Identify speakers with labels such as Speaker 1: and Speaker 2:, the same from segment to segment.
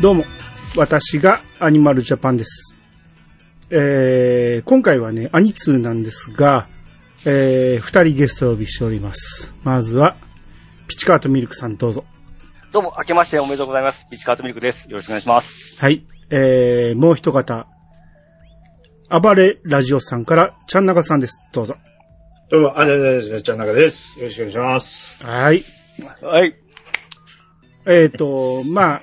Speaker 1: どうも、私がアニマルジャパンです。えー、今回はね、アニツーなんですが、えー、二人ゲストをお呼びしております。まずは、ピチカートミルクさんどうぞ。
Speaker 2: どうも、明けましておめでとうございます。ビチカートミルクです。よろしくお願いします。
Speaker 1: はい。えー、もう一方、暴れラジオさんから、ちゃんなかさんです。どうぞ。
Speaker 3: どうも、ありがとうございます。ちゃんなかです。よろしくお願いします。
Speaker 1: はい。
Speaker 2: はい。
Speaker 1: えっ、と、 まあ、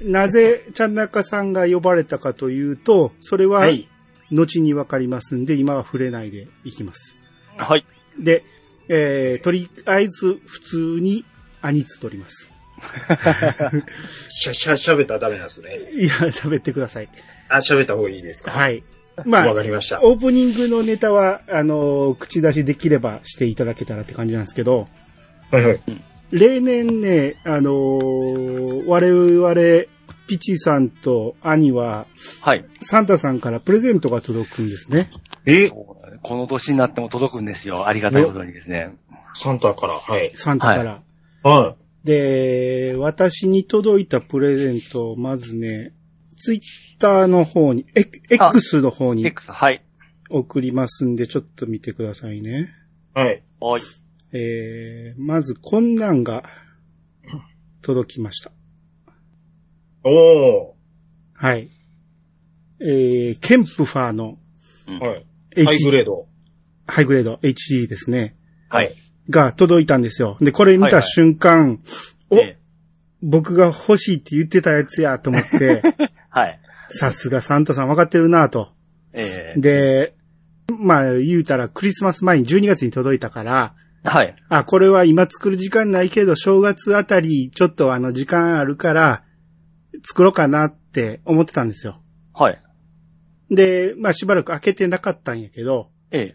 Speaker 1: なぜ、ちゃんなかさんが呼ばれたかというと、それは、。後にわかりますんで、今は触れないでいきます。
Speaker 2: はい。
Speaker 1: で、えー、とりあえず、普通に、アニツ取ります。
Speaker 3: しゃ、しゃ、喋ったらダメなんですね。
Speaker 1: いや、喋ってください。
Speaker 3: あ、喋った方がいいですか
Speaker 1: はい。ま
Speaker 3: わ
Speaker 1: あ
Speaker 3: か、りました。
Speaker 1: オープニングのネタは、あのー口出しできればしていただけたらって感じなんですけど、
Speaker 3: はいはい。
Speaker 1: 例年ね、あのー我々、ピチさんと兄は、
Speaker 2: はい。
Speaker 1: サンタさんからプレゼントが届くんですね。
Speaker 3: え
Speaker 2: この年になっても届くんですよ。ありがたいことにですね。
Speaker 3: サンタから。はい。
Speaker 1: サンタから。
Speaker 3: は
Speaker 1: で、私に届いたプレゼントを、まずね、ツイッターの方に、エク
Speaker 2: あ
Speaker 1: X の方に
Speaker 2: X、はい。
Speaker 1: 送りますんで、ちょっと見てくださいね。
Speaker 3: い。はい。
Speaker 2: はい。
Speaker 1: えー、まずこんなんが届きました。
Speaker 3: お
Speaker 1: はい。えー、ケンプファーの
Speaker 3: ー。はい。
Speaker 1: H
Speaker 3: ハイグレード。
Speaker 1: ハイグレード HD ですね。
Speaker 2: はい。
Speaker 1: が届いたんですよ。で、これ見
Speaker 2: はい
Speaker 1: た
Speaker 2: はい
Speaker 1: 瞬間、
Speaker 2: ええ
Speaker 1: お、僕が欲しいって言ってたやつやと思って、
Speaker 2: はい。
Speaker 1: さすがサンタさん分かってるなと。
Speaker 2: え
Speaker 1: で、まあ言うたらクリスマス前に12月に届いたから、
Speaker 2: えはい。
Speaker 1: あ、これは今作る時間ないけど、正月あたり、ちょっとあの時間あるから、作ろうかなって思ってたんですよ。
Speaker 2: はい。
Speaker 1: で、まあしばらく開けてなかったんやけど、
Speaker 2: ええ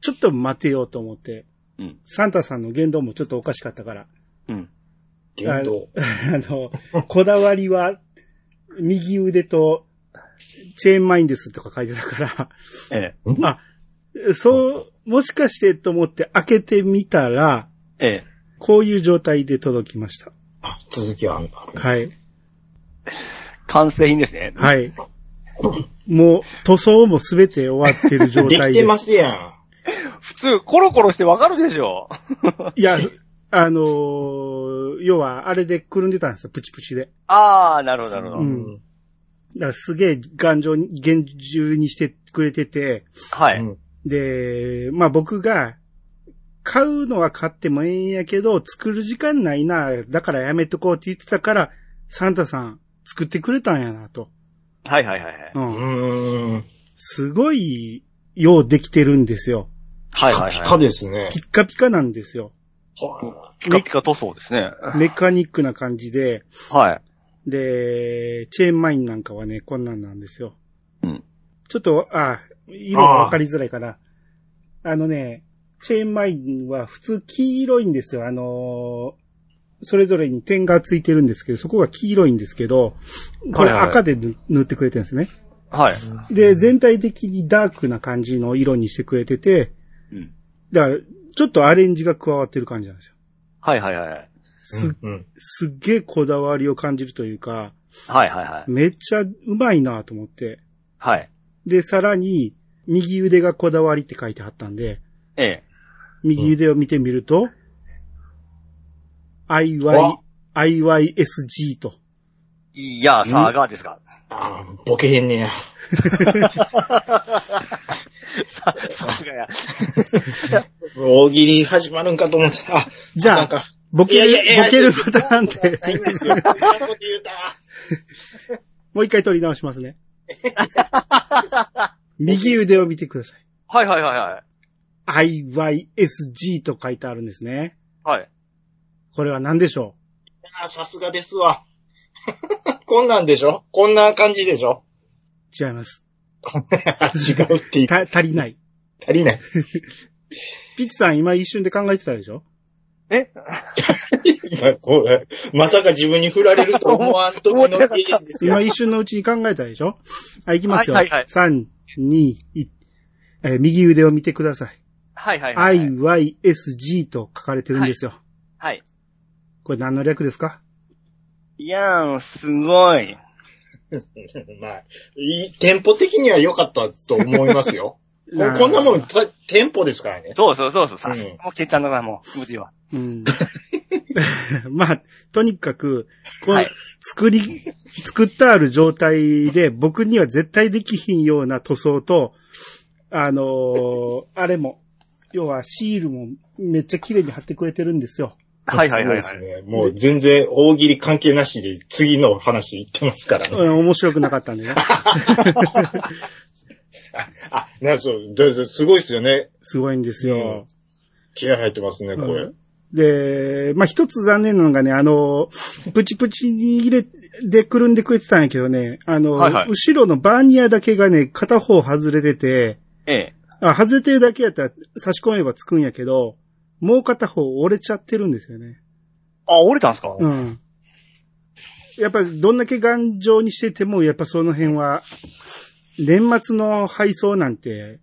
Speaker 1: ちょっと待てようと思って、
Speaker 2: うん。
Speaker 1: サンタさんの言動もちょっとおかしかったから、
Speaker 2: うん。
Speaker 3: 言動。
Speaker 1: あの、こだわりは、右腕と、チェーンマインですとか書いてたか
Speaker 2: え
Speaker 1: ら、そう、もしかしてと思って開けてみたら、
Speaker 2: ええ
Speaker 1: こういう状態で届きました。
Speaker 3: あ、続きはあんた。
Speaker 1: はい。
Speaker 2: え完成品ですね。
Speaker 1: はい。もう、塗装もすべて終わってる状態
Speaker 3: で
Speaker 1: で。
Speaker 3: きてますやん。
Speaker 2: 普通、コロコロしてわかるでしょ。
Speaker 1: いや、あのー要は、あれでくるんでたんですよ、プチプチで。
Speaker 2: あー、なるほど、なるほど。
Speaker 1: うんだからすげえ頑丈に、厳重にしてくれてて、
Speaker 2: は
Speaker 3: う
Speaker 2: い。
Speaker 3: ん
Speaker 1: で、まあ僕が、買うのは買ってもええんやけど、作る時間ないな、だからやめとこうって言ってたから、サンタさん作ってくれたんやなと。
Speaker 2: はいはいはいはい。
Speaker 1: う。
Speaker 3: うんーん。
Speaker 1: すごい、ようできてるんですよ。
Speaker 2: はい
Speaker 3: ピ
Speaker 2: は
Speaker 3: カ
Speaker 2: い
Speaker 3: ピカ
Speaker 2: はい。
Speaker 3: ですね。
Speaker 1: ピッカピカなんですよ。
Speaker 3: は
Speaker 2: ピカピカ塗装ですね。
Speaker 1: メカニックな感じで、
Speaker 2: はい。
Speaker 1: で、チェーンマインなんかはね、こんなんなんですよ。
Speaker 2: うん。
Speaker 1: ちょっと、あ、色がわかりづらいかな。あのね、チェーンマインは普通黄色いんですよ。あのーそれぞれに点がついてるんですけど、そこが黄色いんですけど、これ
Speaker 2: はいはい
Speaker 1: 赤で塗塗ってくれてるんですね。
Speaker 2: はい。
Speaker 1: で、全体的にダークな感じの色にしてくれてて、
Speaker 2: うん。
Speaker 1: だから、ちょっとアレンジが加わってる感じなんですよ。
Speaker 2: はいはいはい。
Speaker 3: いうんうん。
Speaker 1: すっげえこだわりを感じるというか、
Speaker 2: はいはいはい。
Speaker 1: めっちゃうまいなと思って。
Speaker 2: はい。
Speaker 1: で、さらに、右腕がこだわりって書いてあったんで、
Speaker 2: ええ。
Speaker 1: 右腕を見てみると、IY
Speaker 3: わ、
Speaker 1: IYSG と。
Speaker 2: いや、さあがですか。
Speaker 3: あーボケへんねや。
Speaker 2: さ、さあがや。
Speaker 3: 大喜利始まるんかと思ってた。あ、
Speaker 1: じゃ
Speaker 3: なん
Speaker 1: あ、
Speaker 3: か、
Speaker 1: ボケ
Speaker 3: いやいやい
Speaker 1: る、
Speaker 3: や
Speaker 1: ボケるパターンで、
Speaker 3: ないんですよ。そんなこと言うたわ
Speaker 1: もう一回取り直します ね。右腕を見てくださ
Speaker 2: はいはいはいはい。
Speaker 1: い。IYSG と書いてあるんですね。
Speaker 2: はい。
Speaker 1: これは何でしょ
Speaker 3: あーさすがですわ。 こんなんでしょこんな感じでしょ
Speaker 1: う違います。
Speaker 3: 違うって言う。
Speaker 1: た、足りない。
Speaker 3: 足りない。
Speaker 1: ピッチさん今一瞬で考えてたでしょ
Speaker 2: え
Speaker 3: 今こうまさか自分に振られると思わんときの経験ですよ
Speaker 1: 今。一瞬のうちに考えたでしょはい、行きますよ。
Speaker 2: はいはいはい
Speaker 1: 3、2、1。えー右腕を見てください。
Speaker 2: はいはいはい。
Speaker 1: IYSG と書かれてるんですよ。
Speaker 2: はい。
Speaker 1: これ何の略ですか
Speaker 2: いやん、すごい。
Speaker 3: まあ、いい、店舗的には良かったと思いま すよ。こ
Speaker 1: うん
Speaker 3: こんなもん、た店舗ですからね。
Speaker 2: そうそうそうそう。さ
Speaker 3: うん
Speaker 2: すがもうケンちゃんだからもう、気持ちいいわ。
Speaker 1: うん。 まあ、とにかく、この
Speaker 2: はい
Speaker 1: 作り、作ってある状態で僕には絶対できひんような塗装と、あのーあれも、要はシールもめっちゃ綺麗に貼ってくれてるんです よ。
Speaker 2: はいはいはいはい。
Speaker 3: そうですね。もう全然大喜利関係なしで次の話行ってますからね。
Speaker 1: うん、面白くなかったんでね。
Speaker 3: あ、な、そう、どうぞすごいですよね。
Speaker 1: すごいんですよ。
Speaker 3: 気合入ってますね、これ。
Speaker 1: で、まあ、一つ残念なのがね、あの、プチプチに入れて、くるんでくれてたんやけどね、あの、
Speaker 2: はいはい
Speaker 1: 後ろのバーニアだけがね、片方外れてて、
Speaker 2: ええ。
Speaker 1: あ、外れてるだけやったら差し込めばつくんやけど、もう片方折れちゃってるんですよね。
Speaker 2: あ、折れたんすか
Speaker 1: うん。やっぱりどんだけ頑丈にしてても、やっぱその辺は、年末の配送なんて、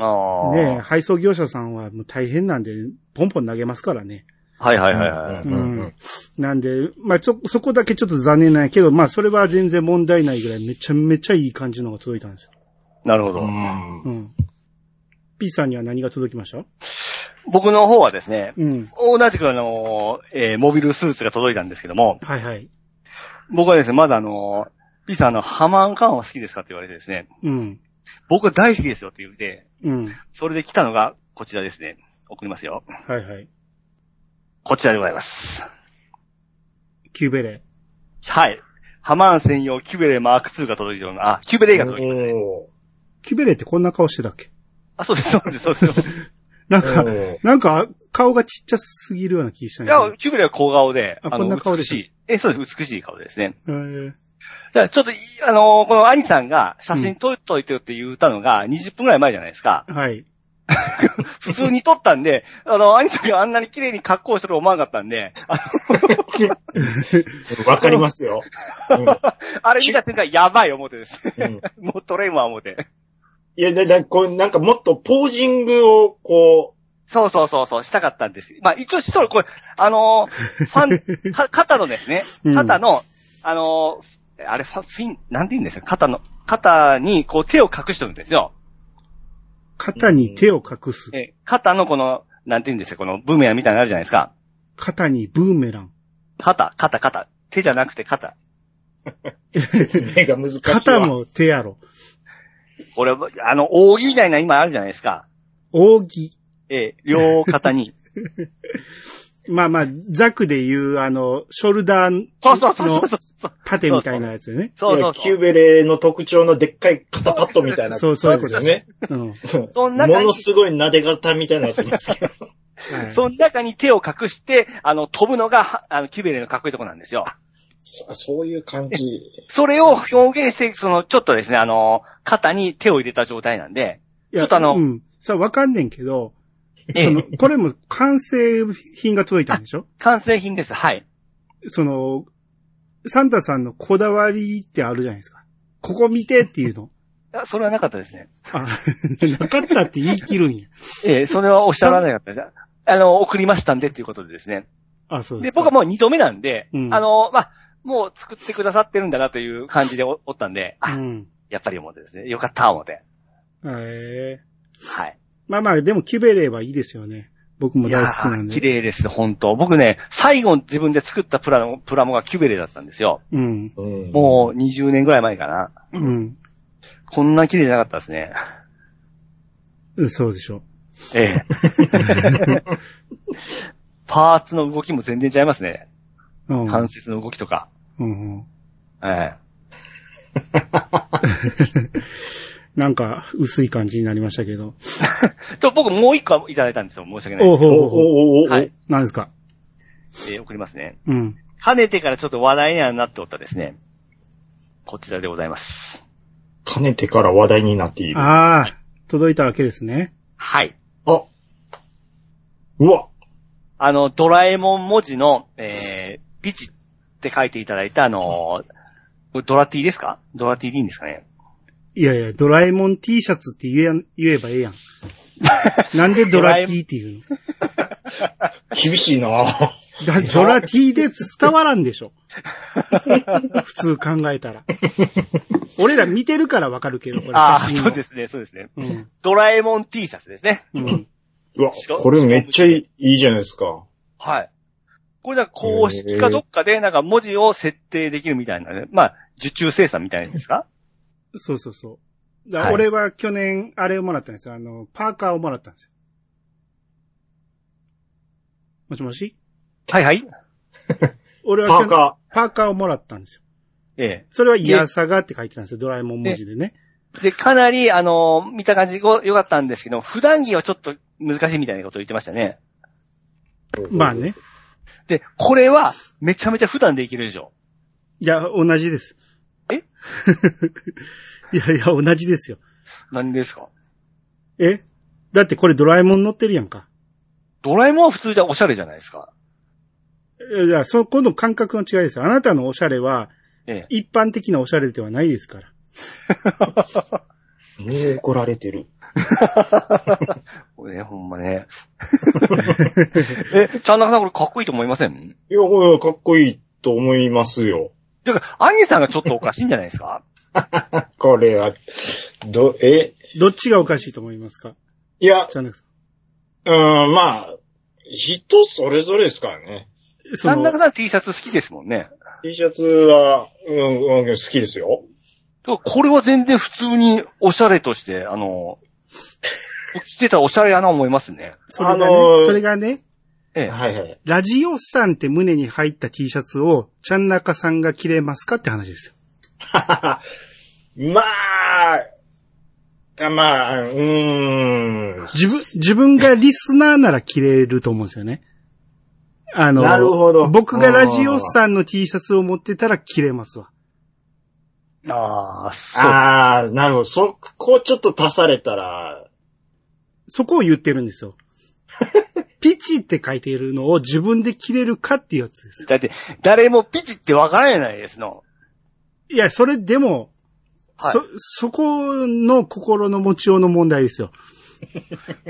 Speaker 2: ああ。
Speaker 1: ね、配送業者さんはもう大変なんで、ポンポン投げますからね。
Speaker 2: はいはいはいはい。
Speaker 3: うんうんうん
Speaker 1: なんで、まあ、ちょ、そこだけちょっと残念なんやけど、まあ、それは全然問題ないぐらいめちゃめちゃいい感じのが届いたんですよ。
Speaker 2: なるほど。
Speaker 3: うん
Speaker 1: うん。P さんには何が届きました
Speaker 2: 僕の方はですね、
Speaker 1: うん。
Speaker 2: 同じくあのー、えーモビルスーツが届いたんですけども、
Speaker 1: はいはい。
Speaker 2: 僕はですね、まずあのー、ピーさんあの、ハマンカンは好きですかって言われてですね、
Speaker 1: うん。
Speaker 2: 僕は大好きですよって言って、
Speaker 1: うん。
Speaker 2: それで来たのがこちらですね。送りますよ。
Speaker 1: はいはい。
Speaker 2: こちらでございます。
Speaker 1: キューベレ
Speaker 2: はい。ハマン専用キュベレマーク2が届いております。あ、キュベレが届きましたね。
Speaker 3: お
Speaker 1: ー。キューベレーってこんな顔してたっけ
Speaker 2: あ、そうです、そうです、そうです。
Speaker 1: なん
Speaker 3: ー
Speaker 1: か、
Speaker 3: お
Speaker 1: なんか、顔がちっちゃすぎるような気がしたん
Speaker 2: い
Speaker 1: や
Speaker 2: や、キュベレは小顔で、
Speaker 1: あ
Speaker 2: の、
Speaker 1: こんな顔で
Speaker 2: 美しい。え、そうです、美しい顔ですね。
Speaker 1: けど。えー
Speaker 2: じゃあ、ちょっとい、あのーこの兄さんが写真撮っといてよって言ったのが20分くらい前じゃないですか。
Speaker 1: はい。
Speaker 2: 普通に撮ったんで、あの、兄さんがあんなに綺麗に格好してると思わなかったんで、あ
Speaker 3: ーわかりますよ。
Speaker 2: あれ見た瞬間、やばい思ってです。
Speaker 3: うんうん
Speaker 2: もう撮れんわ思って。
Speaker 3: いや、だ、だ、こう、なんかもっとポージングを、こ
Speaker 2: そうそうそう、そうしたかったんです。まあ、一応しとる、これ、あのーファン、か肩のですね
Speaker 1: う、ん
Speaker 2: 肩の、あのーあれ、ファ、フィン、なんて言うんですか、肩の、肩に、こう、手を隠してるんですよ。
Speaker 1: 肩に手を隠す。
Speaker 2: え、肩のこの、なんて言うんですか、この、ブーメランみたいなのあるじゃないですか。
Speaker 1: 肩にブーメラン。
Speaker 2: 肩、肩、肩。手じゃなくて肩。
Speaker 3: う、説明が難しいわ。
Speaker 1: 肩も手やろ。
Speaker 2: これ、あの、扇みたいな今あるじゃないですか。
Speaker 1: 扇。
Speaker 2: え、両肩に。
Speaker 1: まあまあ、ザクで言う、あの、ショルダー
Speaker 2: そうそうそう
Speaker 1: の
Speaker 2: そうそう。そう
Speaker 1: 盾みたいなやつね。
Speaker 2: そう
Speaker 3: い
Speaker 2: そ
Speaker 3: や
Speaker 2: う
Speaker 3: キ
Speaker 2: そ
Speaker 3: ュー
Speaker 2: う。
Speaker 3: ベレの特徴のでっかい肩パッドみたいな。
Speaker 1: そうそう
Speaker 3: ですよね。
Speaker 1: うん。
Speaker 2: その
Speaker 3: も
Speaker 2: 中に
Speaker 3: の、すごい撫で方みたいなやつですけど。
Speaker 1: はい
Speaker 2: その中に手を隠して、あの、飛ぶのが、あの、キュベレのかっこいいとこなんですよ。
Speaker 3: そそういう感じ。
Speaker 2: それを表現して、その、ちょっとですね、あの、肩に手を入れた状態なんで、
Speaker 1: いや
Speaker 2: ちょっとあの
Speaker 1: うん。それはわかんねんけど、
Speaker 2: え
Speaker 1: その
Speaker 2: え、
Speaker 1: これも完成品が届いたんでしょ
Speaker 2: 完成品です。はい。
Speaker 1: その、サンタさんのこだわりってあるじゃないですか。ここ見てっていう の。
Speaker 2: あそれはなかったですね。
Speaker 1: あ、なかったって言い切るんや。
Speaker 2: ええ、それはおっしゃらなかったです。 あの、送りましたんでっていうことでですね。
Speaker 1: あ、そうで
Speaker 2: で、
Speaker 1: すか。
Speaker 2: 僕はもう二度目なんで、
Speaker 1: うん
Speaker 2: あの、まあ、もう作ってくださってるんだなという感じでおおったんで、あ、
Speaker 1: うん。
Speaker 2: やっぱり思ってですね、よかった思って。
Speaker 1: ええ
Speaker 2: はい。
Speaker 1: まあまあ、でもキュベレーはいいですよね。僕も
Speaker 2: いや
Speaker 1: 大好きな
Speaker 2: ー
Speaker 1: んで。
Speaker 2: 綺麗です、本当僕ね、最後自分で作ったプラモ、プラモがキュベレだったんですよ。
Speaker 1: うん。
Speaker 3: うん
Speaker 2: もう20年ぐらい前かな。
Speaker 1: うん。
Speaker 2: こんな綺麗じゃなかったですね。
Speaker 1: うんそうでしょ
Speaker 2: ええ。パーツの動きも全然違いますね。
Speaker 1: う。うん。
Speaker 2: 関節の動きとか。
Speaker 1: うんうん
Speaker 2: え
Speaker 1: なんか、薄い感じになりましたけど。
Speaker 2: え。と、僕もう一個いただいたんですよ。申し訳ない
Speaker 1: おう
Speaker 2: ですけ
Speaker 1: ほ
Speaker 3: お
Speaker 1: うほ
Speaker 3: お
Speaker 1: うほう。
Speaker 3: おおお
Speaker 2: ど。はい。
Speaker 1: 何ですか
Speaker 2: えー送りますね。
Speaker 1: うん。
Speaker 2: かねてからちょっと話題にはなっておったですね。こちらでございます。
Speaker 3: かねてから話題になっている。あ、
Speaker 1: ああ、届いたわけですね。
Speaker 2: はい。
Speaker 3: うわ。
Speaker 2: あの、ドラえもん文字の、えー、ピチって書いていただいたあのーこれドラティですかドラティでいいんですかね
Speaker 1: いやいや、ドラえもん T シャツって言えやん言えばええやん。なんでドラ T っていう
Speaker 3: 厳しいなぁ
Speaker 1: だドラ T で伝わらんでしょ。普通考えたら。俺ら見てるからわかるけど、これ
Speaker 2: ああ、
Speaker 1: 写真を
Speaker 2: そうですね、そうですね。
Speaker 1: うん。
Speaker 2: ドラえもん T シャツですね。
Speaker 1: うん。
Speaker 3: うわ
Speaker 2: 白、
Speaker 3: これめっちゃいいいいじゃないですか。
Speaker 2: はい。これなんか公式かどっかで、なんか文字を設定できるみたいなね。まあ、受注生産みたいなやつですか
Speaker 1: そうそうそう。だから
Speaker 2: はい
Speaker 1: 俺は去年、あれをもらったんですよ。あの、パーカーをもらったんですよ。もしもし
Speaker 2: はいはい。
Speaker 1: 俺は
Speaker 3: パ
Speaker 1: 去
Speaker 3: ー
Speaker 1: 年
Speaker 3: カ
Speaker 1: パーカーをもらったんですよ。
Speaker 2: え
Speaker 1: それはイヤサガって書いてたんですよ。ドラえもん文字でね。
Speaker 2: え。で、かなり、あのー見た感じご良かったんですけど、普段着はちょっと難しいみたいなことを言ってましたね。
Speaker 3: ー。
Speaker 1: まあ。ね。
Speaker 2: で、これは、めちゃめちゃ普段でいけるでしょ。
Speaker 1: いや、同じです。
Speaker 2: え
Speaker 1: いやいや、同じですよ。
Speaker 2: 何ですか
Speaker 1: えだってこれドラえもん乗ってるやんか。
Speaker 2: ドラえもんは普通じゃおしゃれじゃないですか。
Speaker 1: えいや、そこの感覚の違いですよ。あなたのおしゃれは、
Speaker 2: ええ。
Speaker 1: 一般的なおしゃれではないですから。
Speaker 3: もう怒られてる。
Speaker 2: これね、ほんま ね。え、ちゃんなかさんこれかっこいいと思いません
Speaker 3: いや、これかっこいいと思いますよ。
Speaker 2: てか、アニさんがちょっとおかしいんじゃないですか
Speaker 3: これは、ど、え、
Speaker 1: どっちがおかしいと思いますか
Speaker 3: いや、
Speaker 1: チャンネルさん
Speaker 3: うーん、まあ、人それぞれですからね。
Speaker 2: ちゃんなかさん T シャツ好きですもんね。
Speaker 3: T シャツは、うん、うん、好きですよ。
Speaker 2: だからこれは全然普通におしゃれとして、あの、着てたらおしゃれやな思いますね。
Speaker 1: それがね、
Speaker 3: あのー
Speaker 1: それがね、
Speaker 2: ええ。
Speaker 3: はいはい。
Speaker 1: ラジオさんって胸に入った T シャツを、ちゃんなかさんが着れますかって話ですよ。
Speaker 3: まあ、あまあ、うーん。
Speaker 1: 自分、自分がリスナーなら着れると思うんですよね。あのー、
Speaker 3: なるほど
Speaker 1: 僕がラジオさんの T シャツを持ってたら着れますわ。
Speaker 2: ああ、そう。
Speaker 3: ああ、なるほど。そこちょっと足されたら、
Speaker 1: そこを言ってるんですよ。ピチって書いているのを自分で着れるかっていうやつですよ。
Speaker 2: だって、誰もピチってわからんやないですの。
Speaker 1: いや、それでも、
Speaker 2: はい
Speaker 1: そ、そこの心の持ちようの問題ですよ。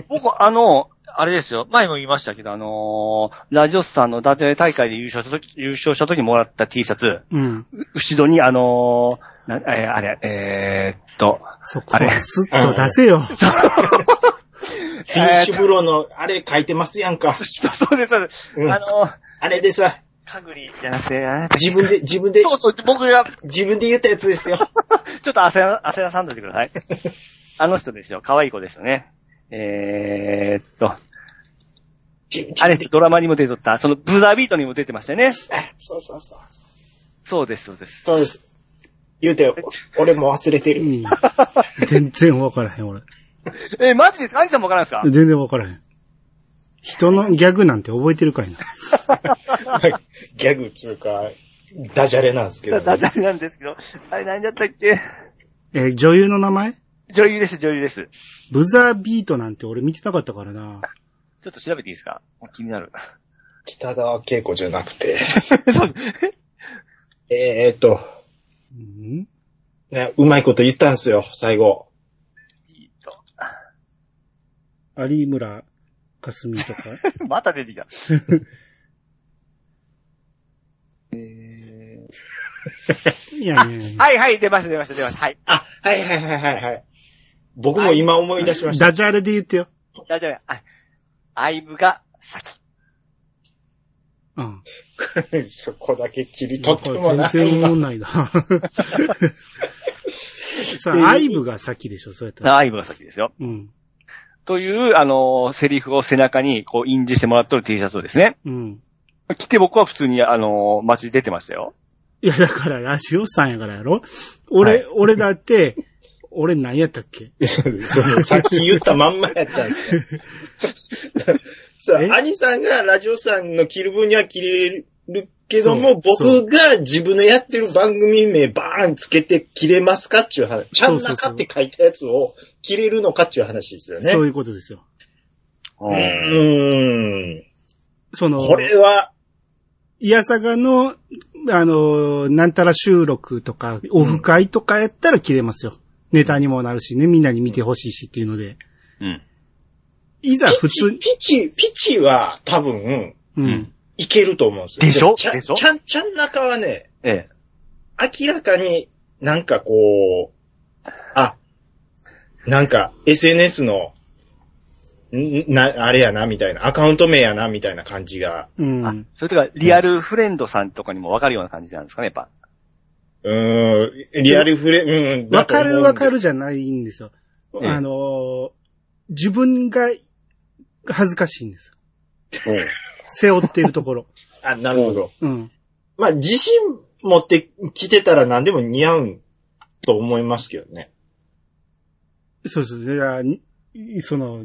Speaker 2: 僕、あの、あれですよ。前も言いましたけど、あのーラジオスさんのダジャレ大会で優勝した時、優勝した時もらった T シャツ、
Speaker 1: うん。
Speaker 2: う後ろにあのーなえーあれ、えーっと、
Speaker 1: そこ
Speaker 2: あ
Speaker 1: は
Speaker 2: れ
Speaker 1: スッと出せよ。
Speaker 3: フィニッシュブローの、あれ書いてますやんか。
Speaker 2: そうそうです、そうです。
Speaker 3: うん
Speaker 2: あのー、
Speaker 3: あれですわ。
Speaker 2: かぐりじゃなくて、あれ
Speaker 3: 自分で、自分で、
Speaker 2: そうそう、僕が
Speaker 3: 自分で言ったやつですよ。
Speaker 2: ちょっと焦ら、焦らさんといてくだ さい。あの人ですよ。可愛い子ですよね。えーっと、 あれですドラマにも出とった、そのブザービートにも出てましたよね。
Speaker 3: そうそうそう。
Speaker 2: そうです、そうです。
Speaker 3: そうです。言うて、お俺も忘れて
Speaker 1: う
Speaker 3: る。
Speaker 1: ん、全然わからへん、俺。
Speaker 2: えーマジですかアニさんもわからないですか
Speaker 1: 全然わからへん。人のギャグなんて覚えてるかいな。
Speaker 3: ギャグっつうか、ダジャレなんですけど、
Speaker 2: ダジャレなんですけど、あれ何だったっけ
Speaker 1: えー女優の名前
Speaker 2: 女優です、女優です。
Speaker 1: ブザービートなんて俺見てなかったからな。
Speaker 2: ちょっと調べていいですか気になる。
Speaker 3: 北川景子じゃなくて、
Speaker 2: そうです。
Speaker 3: えーっと、
Speaker 1: うん、
Speaker 3: ね、うまいこと言ったんですよ、最後。
Speaker 2: ビート
Speaker 1: 有村かすみとか。
Speaker 2: また出てきた。
Speaker 1: いやいやいや
Speaker 2: はいはい、出ました、出ました、出ました。はい。
Speaker 3: あ、はいはいはいはいはい。僕も今思い出しました。
Speaker 1: ダジャレで言ってよ。
Speaker 2: ダジャレ、あ、アイブが先。
Speaker 1: うん。
Speaker 3: そこだけ切り取ってもな
Speaker 1: 全。然思んないな。 さあ、アイブが先でしょ、そうやったら。
Speaker 2: アイブが先ですよ。
Speaker 1: うん。
Speaker 2: という、あのーセリフを背中に、こう、印字してもらっとる T シャツをですね。
Speaker 1: うん。
Speaker 2: 着て僕は普通に、あのー街に出てましたよ。
Speaker 1: いや、だから、ラジオさんやからやろ俺、
Speaker 2: はい
Speaker 1: 俺だって、俺何やったっけ
Speaker 3: そうさっき言ったまんまやったんですよ。 さ
Speaker 1: え
Speaker 3: あ、兄さんがラジオさんの着る分には着れるけども、
Speaker 1: そうそう
Speaker 3: 僕が自分のやってる番組名バーンつけて着れますかっていう話。ちゃんなかって書いたやつを着れるのかっていう話ですよね。
Speaker 1: そう
Speaker 3: う
Speaker 1: いうことですよ。
Speaker 2: うん
Speaker 3: ーん。
Speaker 1: その、
Speaker 3: これは、
Speaker 1: いやさがの、あの、なんたら収録とか、オフ会とかやったら切れますよ。ネタにもなるしね、みんなに見てほしいしっていうので。
Speaker 2: うん。
Speaker 1: いざ
Speaker 3: ピ
Speaker 1: 普通
Speaker 3: チ、
Speaker 1: に、
Speaker 3: ピチ、ピチは多分、
Speaker 1: うんん。
Speaker 3: いけると思うんですよ。
Speaker 2: でしょ
Speaker 3: ちゃん
Speaker 2: でしょ
Speaker 3: ちゃん、ちゃん中はね、
Speaker 2: ええ。
Speaker 3: 明らかになんかこう、あ、なんか SNS の、んな、あれやな、みたいな、アカウント名やな、みたいな感じが、
Speaker 1: う
Speaker 2: あ
Speaker 1: ん。、
Speaker 2: それとか、リアルフレンドさんとかにもわかるような感じなんですかね、やっぱ。
Speaker 3: うーん、リアルフレ、うんうん、
Speaker 1: わ
Speaker 3: だと
Speaker 1: か
Speaker 3: 思うんです
Speaker 1: るわかるじゃないんですよ。
Speaker 3: ええ
Speaker 1: あのー、自分が恥ずかしいんですよ。
Speaker 2: うん。
Speaker 1: 背負っているところ。
Speaker 3: あ、なるほど。
Speaker 1: うん。
Speaker 3: まあ、自信持ってきてたら何でも似合うと思いますけどね。
Speaker 1: そうそう。だからにその、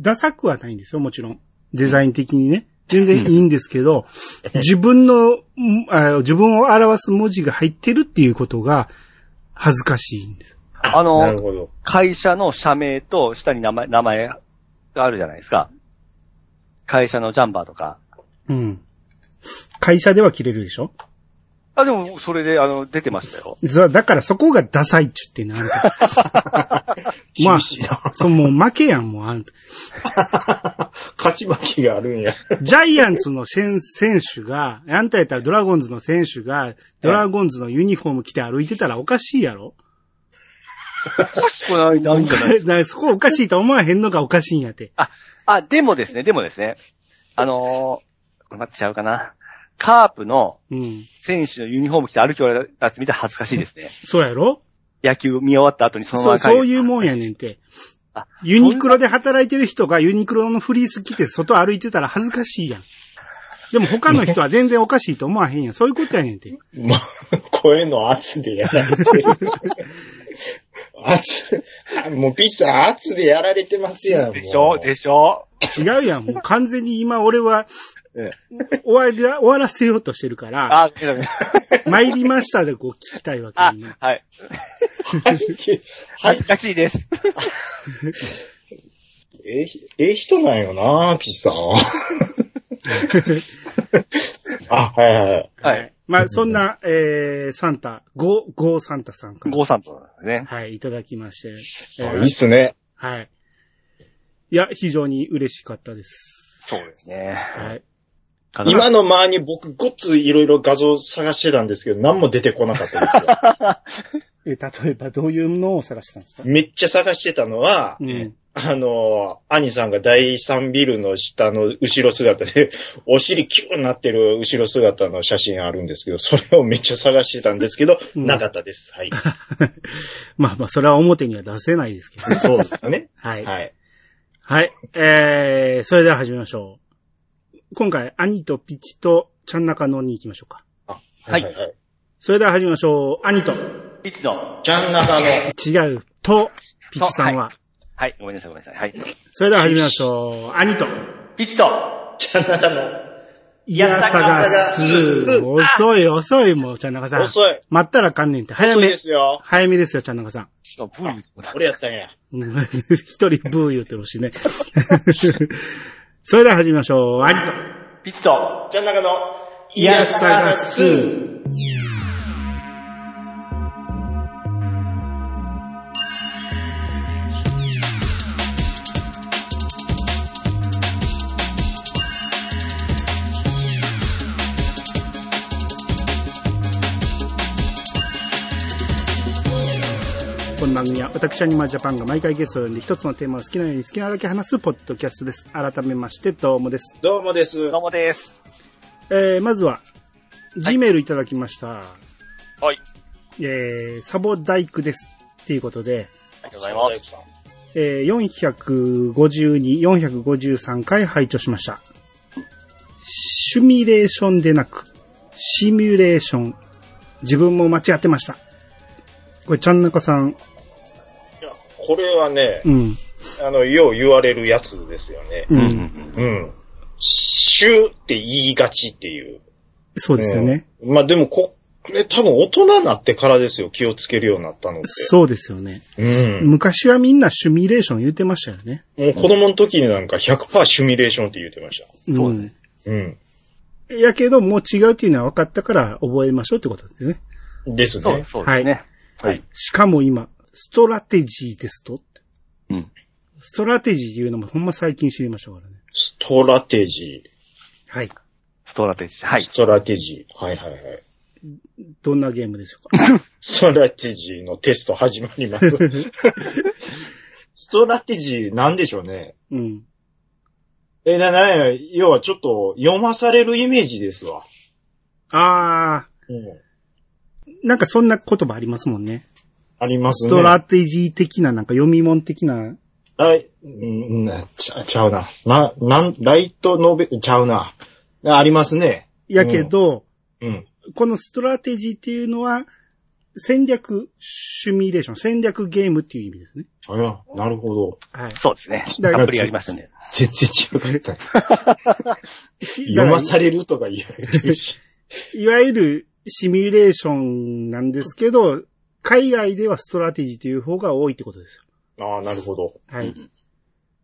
Speaker 1: ダサくはないんですよ、もちろん。デザイン的にね。全然いいんですけど、自分の、んあ自分を表す文字が入ってるっていうことが恥ずかしいんです。
Speaker 2: あの
Speaker 3: なるほど。
Speaker 2: 会社の社名と下に名前、名前があるじゃないですか。会社のジャンバーとか。
Speaker 1: うん。会社では切れるでしょ
Speaker 2: あ、でも、それで、あの、出てましたよ。
Speaker 1: それはだからそこがダサいっちゅってなるから。ま
Speaker 3: 厳しいな。
Speaker 1: あ、 そう、もう負けやん、もうあんた。
Speaker 3: 勝ち負けがあるんや。
Speaker 1: ジャイアンツの選選手が、あんたやったらドラゴンズの選手が、ドラゴンズのユニフォーム着て歩いてたらおかしいやろ
Speaker 2: おかしくないなんじゃない
Speaker 1: なそこおかしいと思わへんのがおかしいんやて。
Speaker 2: あ、でもですね、でもですね。あのー、これ待ってちゃうかな。カープの
Speaker 1: うん。
Speaker 2: 選手のユニフォーム着て歩き終わるやつ見たら恥ずかしいですね。
Speaker 1: そうやろ
Speaker 2: 野球見終わった後にそのま
Speaker 1: そ
Speaker 2: ま
Speaker 1: う、そ
Speaker 2: 帰る
Speaker 1: ういうもんやねんて
Speaker 2: あ。
Speaker 1: ユニクロで働いてる人がユニクロのフリース着て外歩いてたら恥ずかしいやん。でも他の人は全然おかしいと思わへんやん。そういうことやねんて。
Speaker 3: まあ、声の圧でやられてる。圧、もうピッさん圧でやられてますやん。もう
Speaker 2: でしょでしょ
Speaker 1: 違うやん。もう完全に今俺は
Speaker 2: え、
Speaker 1: 終わりら、終わらせようとしてるから、
Speaker 2: あ、ダメ
Speaker 1: 参りましたでこう聞きたいわけ
Speaker 2: あ
Speaker 1: にね、
Speaker 2: はい。
Speaker 3: 入って、入
Speaker 2: 恥
Speaker 3: っ
Speaker 2: ずかしいです。
Speaker 3: ええ、ええ人なんよな、ピ ッさん。あ、はいはいはい。
Speaker 2: はい。
Speaker 1: まあ、そんな、えー、サンタ、ゴー、ゴーサンタさんから。
Speaker 2: ゴーさんとなんですね。
Speaker 1: はい、いただきまして。
Speaker 3: あ
Speaker 1: え
Speaker 3: い
Speaker 1: ー
Speaker 3: いっすね。
Speaker 1: はい。いや、非常に嬉しかったです。
Speaker 2: そうですね。
Speaker 1: はい。
Speaker 3: 今の間に僕ごっついろいろ画像探してたんですけど、何も出てこなかったですよ。
Speaker 1: え、例えばどういうのを探したんです か
Speaker 3: めっちゃ探してたのは、
Speaker 1: うん。
Speaker 3: あの、兄さんが第3ビルの下の後ろ姿で、 お尻キューになってる後ろ姿の写真あるんですけど、それをめっちゃ探してたんですけど、
Speaker 1: うん
Speaker 3: なかったです。はい。
Speaker 1: まあまあ、それは表には出せない ですけど。
Speaker 3: そうですね。
Speaker 1: はい。はい。
Speaker 3: はい。
Speaker 1: えー、それでは始めましょう。今回、兄とピチとちゃん中のに行きましょうか。
Speaker 3: あ
Speaker 2: はい
Speaker 3: はい。
Speaker 1: それでは始めましょう。兄と、
Speaker 2: 一度。
Speaker 3: ちゃん中の、
Speaker 1: 違う、と、ピチさんは。
Speaker 2: はい。ごめんなさい、ごめんなさい。はい。
Speaker 1: それでは始めましょう。兄と、
Speaker 2: 一度。
Speaker 3: ちゃん中の、
Speaker 1: いやさがする。遅い、遅い、もう、ちゃん中さん。
Speaker 3: 遅い。
Speaker 1: 待ったらあかんねんって。早
Speaker 3: 遅い
Speaker 1: め
Speaker 3: で。すよ。
Speaker 1: 早めですよ、ちゃん中さん。
Speaker 2: しかも、ブー言うてもな
Speaker 3: 俺やったんや。
Speaker 1: うん 一人ブー言ってほしいね。 それでは始めましょう。ありと。
Speaker 2: 一度。
Speaker 3: ちゃん中の、
Speaker 1: いやさがすこの番組は私アニマージャパンが毎回ゲストを呼んで一つのテーマを好きなように好きなだけ話すポッドキャストです。改めましてどうもです。
Speaker 3: どうもです
Speaker 2: ど。うもです。
Speaker 1: えー、まずは、G メールいただきました。
Speaker 2: はい。
Speaker 1: えー、サボダイクです。っていうことで、
Speaker 2: ありがとうございます。
Speaker 3: す。
Speaker 1: えー、452、453回拝聴しました。シュミレーションでなく、シミュレーション。自分も間違ってました。これ、ちゃんなかさん、
Speaker 3: いやこれはね、
Speaker 1: うん、
Speaker 3: あの、よう言われるやつですよね。
Speaker 1: うん、
Speaker 2: ん。
Speaker 3: うん。シューって言いがちっていう。
Speaker 1: そうですよね。
Speaker 3: うん。まあでもこ、これ多分大人になってからですよ、気をつけるようになったのって。
Speaker 1: そうですよね。
Speaker 3: うん。
Speaker 1: 昔はみんなシュミレーション言ってましたよね。
Speaker 3: もう子供の時になんか100%シミュレーションって言ってました。
Speaker 2: そう
Speaker 1: ね。
Speaker 3: うん。
Speaker 1: やけど、もう違うっていうのは分かったから覚えましょうってことですよね。
Speaker 3: です
Speaker 2: そう
Speaker 3: ね
Speaker 2: で。す、そうですね。はい。
Speaker 1: しかも今、ストラテジーテストって。
Speaker 2: うん。
Speaker 1: ストラテジーいうのもほんま最近知りましたからね。
Speaker 3: ストラテジ
Speaker 1: はい。
Speaker 2: ストラテジー。はい
Speaker 3: ス。トラテジー。はいはいはい。
Speaker 1: どんなゲームでしょうか。
Speaker 3: ストラテジーのテスト始まります。ストラテジーなんでしょうね。
Speaker 1: うん。
Speaker 3: え、な、な、要はちょっと読まされるイメージですわ。
Speaker 1: あ
Speaker 3: うん。
Speaker 1: ー、なんかそんな言葉ありますもんね。
Speaker 3: ありま
Speaker 1: ス
Speaker 3: すね。
Speaker 1: トラテジー的な、なんか読み物的な、
Speaker 3: はい。うん、うんちゃ、ちゃうな。な、なん、ライトノベ、ちゃうな。ありますね。
Speaker 1: やけど、
Speaker 3: うん。
Speaker 1: このストラテジーっていうのは、戦略シミュレーション、戦略ゲームっていう意味ですね。
Speaker 3: あや、なるほど。
Speaker 1: はい。
Speaker 2: そうですね。
Speaker 1: だから
Speaker 2: たっぷりやりましたね。
Speaker 3: 全然違うかった。読まされるとか言われてるし。
Speaker 1: いわゆるシミュレーションなんですけど、海外ではストラテジーという方が多いってことですよ。
Speaker 3: ああ、なるほど。
Speaker 1: は
Speaker 2: う
Speaker 1: い。フ
Speaker 2: ん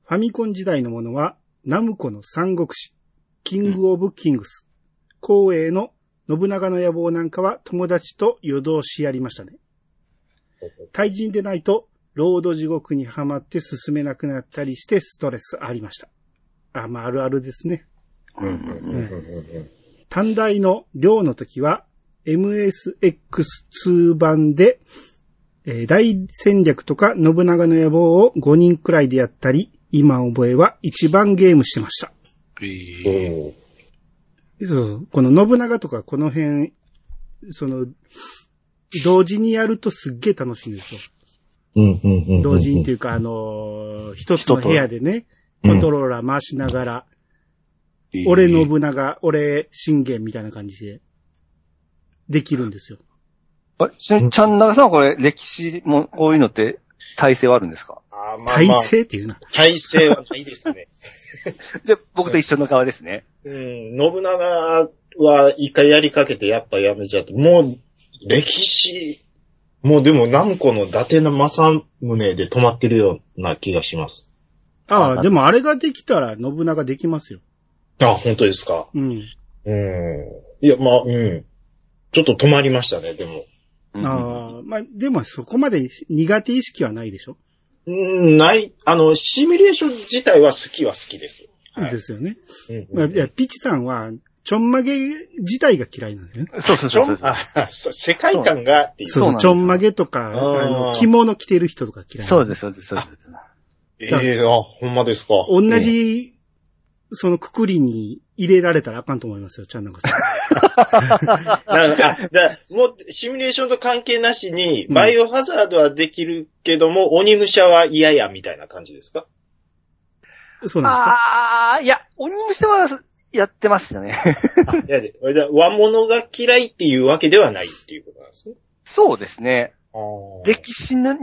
Speaker 1: ァミコン時代のものは、ナムコの三国志、キングオブキングス、光栄の信長の野望なんかは友達と夜通しやりましたね。対人でないと、ロード地獄にはまって進めなくなったりしてストレスありました。あ、まあ、あるあるですね。
Speaker 2: うんうんうん
Speaker 3: うんうんうん
Speaker 1: 短大の寮の時は、MSX2 版で、えー大戦略とか信長の野望を5人くらいでやったり、今覚えは一番ゲームしてました。
Speaker 2: えー
Speaker 3: うん。
Speaker 1: そう、この信長とかこの辺、その、同時にやるとすっげえ楽しいんですよ。
Speaker 3: うんうんうんうん。
Speaker 1: 同時にっていうか、あのー一つの部屋でね、
Speaker 3: うん
Speaker 1: コントローラー回しながら、俺信長、俺信玄みたいな感じで、できるんですよ。
Speaker 2: あれちなみにちゃん長さんはこれ、歴史も、こういうのって、体制はあるんですか
Speaker 3: あーまあ
Speaker 1: 体
Speaker 3: まあ、
Speaker 1: 制っていうな。
Speaker 3: 体制はないです ね。
Speaker 2: で、僕と一緒の側ですね。
Speaker 3: うん、信長は一回やりかけてやっぱやめちゃって、もう歴史、もうでも南湖の伊達の政宗で止まってるような気がします。
Speaker 1: ああ、でもあれができたら信長できますよ。
Speaker 3: あ、本当ですか。
Speaker 1: うん。
Speaker 3: うん。いや、まあ、うん。ちょっと止まりましたね、でも。
Speaker 2: うん
Speaker 1: ああ、まあ、でもそこまで苦手意識はないでしょ、
Speaker 3: うん、ない、あの、シミュレーション自体は好きは好きです。はい
Speaker 1: ですよね。
Speaker 3: うん
Speaker 1: まあ、いや、ピチさんは、ちょんまげ自体が嫌いなんだよね。
Speaker 2: そうそう
Speaker 3: ち
Speaker 2: そ
Speaker 3: ょ
Speaker 2: うそ
Speaker 3: ん
Speaker 2: う、そう。
Speaker 3: あ、そう世界観がっていう。
Speaker 2: そうなんです
Speaker 1: ち
Speaker 2: よ
Speaker 1: ょんまげとか、あ
Speaker 3: あ
Speaker 1: の、
Speaker 3: ー
Speaker 1: 着物着てる人とか嫌い。
Speaker 2: そうです、そうです、そうです。
Speaker 3: ええあ、ほんまですか。
Speaker 1: 同じ、そのくくりに入れられたらあかんと思いますよ、ちゃんなんかさん。
Speaker 3: なるほどあだからもう、シミュレーションと関係なしに、バイオハザードはできるけども、鬼武者は嫌や、みたいな感じです か
Speaker 1: そうなん
Speaker 2: ああ、いや、鬼虫はやってましたね。
Speaker 3: あいやで、だから和物が嫌いっていうわけではないっていうことなんですね。
Speaker 2: そうですね。
Speaker 3: で
Speaker 2: 歴史の、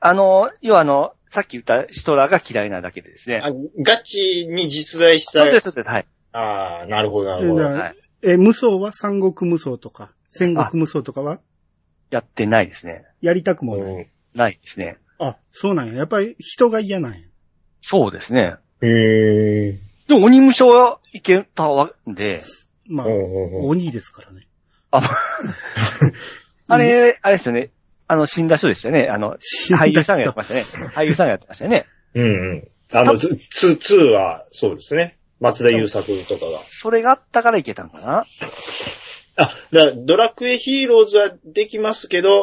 Speaker 2: あの、要はあの、さっき言ったシトラーが嫌いなだけでですね。
Speaker 3: あガチに実在し
Speaker 2: そうです、
Speaker 3: た、
Speaker 2: そうです、はい。
Speaker 3: ああ、なるほど、な
Speaker 1: で
Speaker 3: る
Speaker 1: す
Speaker 3: ほ
Speaker 1: か。
Speaker 3: ど。
Speaker 1: だか
Speaker 2: は
Speaker 1: ら
Speaker 2: い
Speaker 1: え、無双は三国無双とか、戦国無双とかは、
Speaker 2: やってないですね。
Speaker 1: やりたくもない。
Speaker 3: うん
Speaker 2: ないですね。
Speaker 1: あ、そうなんや。やっぱり人が嫌なんや。
Speaker 2: そうですね。
Speaker 3: へえ。
Speaker 2: でも鬼虫はいけたわけで、
Speaker 1: まあ、
Speaker 3: うんうんうん
Speaker 1: 鬼ですからね。
Speaker 2: あれ、あれですよね。あの、死んだ人でしたよね。あの、俳優さんがやってましたね。 俳優さんがやってましたよね。
Speaker 3: うんうん。あの、ツー、ツーは、そうですね。松田優作とかが。
Speaker 2: それがあったからいけたんかな
Speaker 3: あ、だからドラクエヒーローズはできますけど、
Speaker 2: は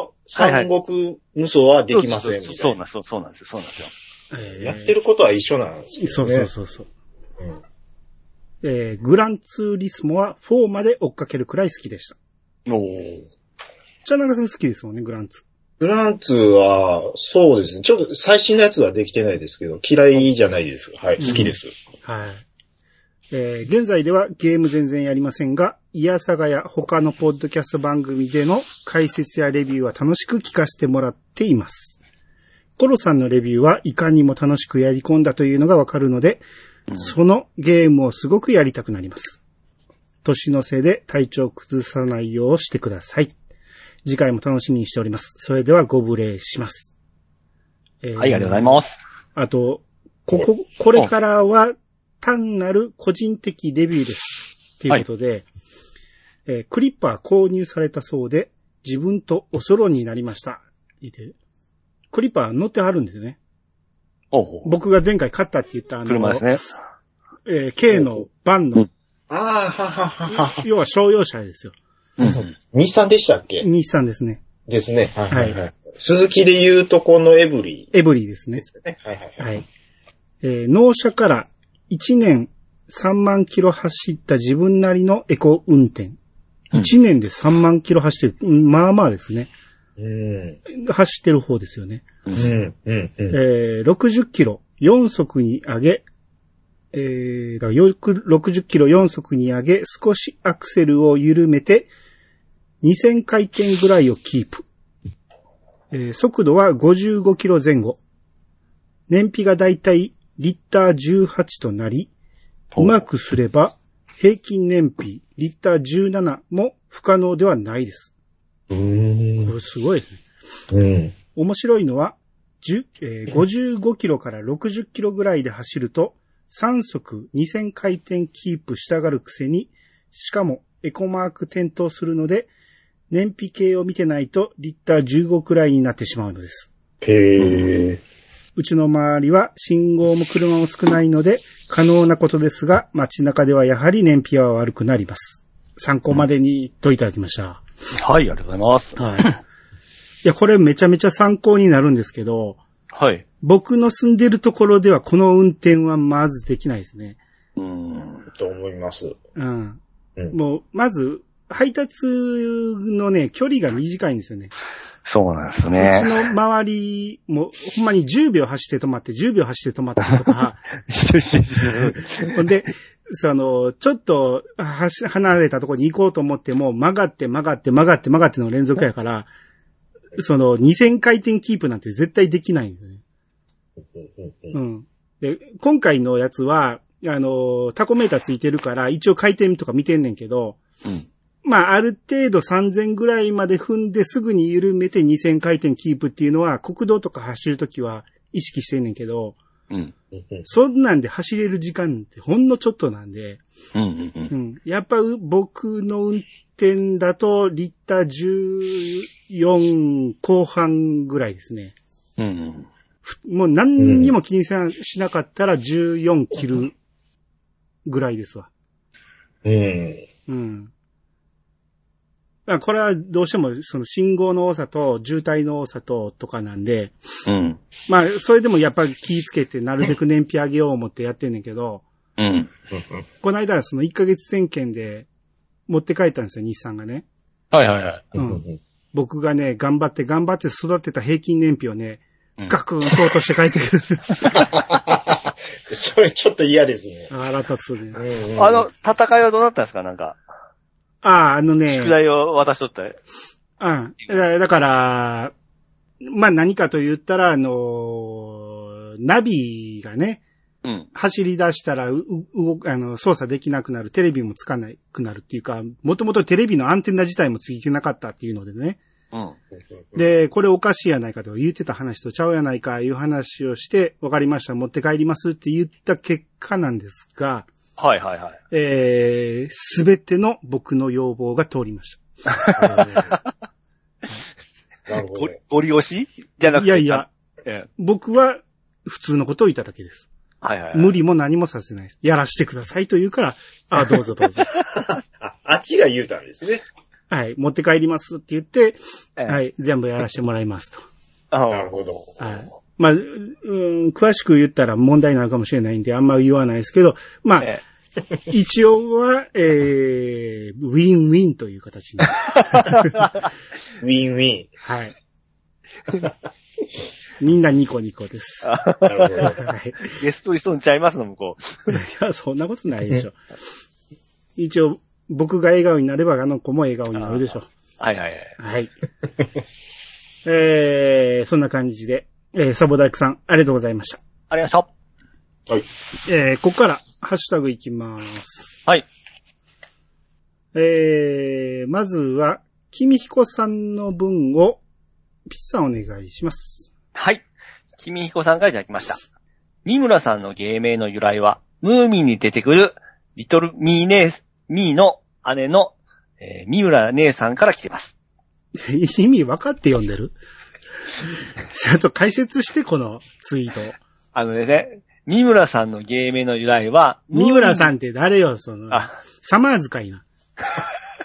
Speaker 2: いは
Speaker 3: 三
Speaker 2: い
Speaker 3: 国無双はできませんみたい
Speaker 2: そう
Speaker 3: な。
Speaker 2: そうそうそうなんですよ。そうなんですよ。
Speaker 1: えー
Speaker 3: やってることは一緒なんですけ
Speaker 1: そ
Speaker 3: ど
Speaker 1: う
Speaker 3: ね。
Speaker 1: そうそうそう。
Speaker 3: うん。
Speaker 1: えーグランツーリスモは4まで追っかけるくらい好きでした。
Speaker 2: おー
Speaker 1: じゃあ、長さん好きですもんね、グランツ
Speaker 3: フランツは、そうですね。ちょっと最新のやつはできてないですけど、嫌いじゃないです。はい、好きです。
Speaker 1: ー。はい。えー現在ではゲーム全然やりませんが、イヤサガや他のポッドキャスト番組での解説やレビューは楽しく聞かせてもらっています。コロさんのレビューはいかにも楽しくやり込んだというのがわかるので、そのゲームをすごくやりたくなります。年のせいで体調を崩さないようしてください。次回も楽しみにしております。それではご無礼します。えー
Speaker 2: はい、ありがとうございます。
Speaker 1: あと、ここ、これからは単なる個人的レビューです。ということで、えークリッパー購入されたそうで、自分とおそろになりました。言ってクリッパー乗ってはるんですよね。
Speaker 2: おうおう
Speaker 1: 僕が前回買ったって言ったあの、
Speaker 2: 車ですね。
Speaker 1: えー K のバン
Speaker 2: う
Speaker 1: の
Speaker 2: ん
Speaker 3: ああ、はははは。
Speaker 1: 要は商用車ですよ。
Speaker 2: うん。
Speaker 3: 日産でしたっけ
Speaker 1: 日産ですね。
Speaker 3: ですね。はいはいはい。鈴木で言うとこのエブリ
Speaker 1: エブリーです
Speaker 3: ー
Speaker 1: ね
Speaker 3: で。すね。はいはいはい。
Speaker 1: はい。えー納車から1年3万キロ走った自分なりのエコ運転。
Speaker 2: うん
Speaker 1: 1年で3万キロ走ってる。うんまあまあですね。
Speaker 3: うん。
Speaker 1: 走ってる方ですよね。
Speaker 3: うん。うん。うん。
Speaker 1: えー60キロ4速に上げ、えーだからよく60キロ4速に上げ、少しアクセルを緩めて、2000回転ぐらいをキープ。えー速度は55キロ前後。燃費がだいたいリッター18となり、うまくすれば平均燃費リッター17も不可能ではないです。
Speaker 3: うん
Speaker 1: こ。れすごいですね。
Speaker 3: うん。
Speaker 1: 面白いのは、10え ー55キロから60キロぐらいで走ると、3速2000回転キープしたがるくせに、しかもエコマーク点灯するので、燃費計を見てないとリッター15くらいになってしまうのです。
Speaker 3: へえ。
Speaker 1: うちの周りは信号も車も少ないので、可能なことですが、街中ではやはり燃費は悪くなります。参考までにといただきました。
Speaker 2: はい、ありがとうございま す。
Speaker 1: はい。いや、これめちゃめちゃ参考になるんですけど、
Speaker 2: はい。
Speaker 1: 僕の住んでるところではこの運転はまずできないですね。
Speaker 2: うん。
Speaker 3: と思います。
Speaker 1: うん。
Speaker 3: うん
Speaker 1: もう、まず、配達のね、距離が短いんですよね。
Speaker 2: そうなんです
Speaker 1: うち
Speaker 2: ね。
Speaker 1: の周りも、ほんまに10秒走って止まって、10秒走って止まってと か、ほんで、その、ちょっと、はし、離れたところに行こうと思っても、曲がって曲がって曲がって曲がっての連続やから、その、2000回転キープなんて絶対できないんですよね。
Speaker 3: うんうんうん
Speaker 1: うん。で、今回のやつは、あの、タコメーターついてるから、一応回転とか見てんねんけど、
Speaker 2: うん
Speaker 1: まあ、ある程度3000ぐらいまで踏んですぐに緩めて2000回転キープっていうのは、国道とか走るときは意識してんねんけど、
Speaker 2: うん。
Speaker 3: うんうん
Speaker 1: そんなんで走れる時間ってほんのちょっとなんで、
Speaker 2: うん。うんうん。
Speaker 1: うん。やっぱう僕の運転だと、リッター14後半ぐらいですね。
Speaker 2: うん。
Speaker 1: もう何にも気にせなしなかったら14切るぐらいですわ。
Speaker 3: うん。
Speaker 1: うん。あこれはどうしてもその信号の多さと渋滞の多さととかなんで、
Speaker 2: うん。
Speaker 1: まあそれでもやっぱり気ぃつけてなるべく燃費上げよう思ってやってんねんけど、
Speaker 2: うん。
Speaker 1: この間その1ヶ月点検で持って帰ったんですよ、日産がね。
Speaker 2: はいはいはい。
Speaker 1: う。
Speaker 3: うんん
Speaker 1: 僕がね、頑張って頑張って育てた平均燃費をね、
Speaker 2: うん
Speaker 1: ガクンと落として帰ってく る。
Speaker 3: それちょっと嫌ですね。
Speaker 1: 腹立つね。
Speaker 2: あの、、戦いはどうなったんですかなんか、
Speaker 1: ああ、あのね。
Speaker 2: 宿題を渡しとった。
Speaker 1: うん。だだから、まあ何かと言ったら、あの、ナビがね、
Speaker 2: うん。
Speaker 1: 走り出したらう、う動くあの、操作できなくなる、テレビもつかなくなるっていうか、もともとテレビのアンテナ自体もついてなかったっていうのでね。
Speaker 2: うん。
Speaker 1: で、これおかしいやないかと言ってた話とちゃうやないかいう話をして、わかりました、持って帰りますって言った結果なんですが、
Speaker 2: はいはいはい。
Speaker 1: えー、すべての僕の要望が通りました。
Speaker 3: なるほ
Speaker 2: ご
Speaker 3: ど。
Speaker 2: ご利用しじゃなくて。
Speaker 1: いやいや、
Speaker 2: ちゃん。ええ
Speaker 1: 僕は普通のことを言っただけです。
Speaker 2: はいはいはい。
Speaker 1: 無理も何もさせないです。やらしてくださいと言うから、 あどうぞどうぞ。
Speaker 3: あ、あっちが言うたんですね。
Speaker 1: はい、持って帰りますって言って、
Speaker 2: ええ
Speaker 1: はい、全部やらしてもらいます と。
Speaker 2: あ
Speaker 3: なるほど。
Speaker 1: はい。まあ、ううん、詳しく言ったら問題になるかもしれないんで、あんま言わないですけど、まあ、
Speaker 2: え
Speaker 1: 一応は、 えー、ウィンウィンという形に。
Speaker 3: ウィンウィン。
Speaker 1: はい。みんなニコニコです。は
Speaker 3: なるほど。
Speaker 1: い。
Speaker 2: えゲストにしとんちゃいますの、向こう。
Speaker 1: いや、そんなことないでしょ。一応、僕が笑顔になれば、あの子も笑顔になるでしょ。
Speaker 2: はいはいは
Speaker 1: はい。
Speaker 2: い。
Speaker 1: えー、そんな感じで、えー、サボダイクさん、ありがとうございました。
Speaker 2: ありがとう。
Speaker 3: はい。
Speaker 1: えー、ここから、ハッシュタグいきます。
Speaker 2: はい。
Speaker 1: えー、まずは、君彦さんの分を、ピッさんお願いします。
Speaker 2: はい。君彦さんからいただきました。三村さんの芸名の由来は、ムーミンに出てくる、リトルミーネー、ミーの姉の、えー、三村姉さんから来てます。
Speaker 1: 意味分かって読ん でるちょっと解説して、このツイート。
Speaker 2: あのね、三村さんの芸名の由来は、
Speaker 1: 三村さ
Speaker 2: ん。
Speaker 1: んって誰よ、その、
Speaker 2: あ、
Speaker 1: サマーズかいな。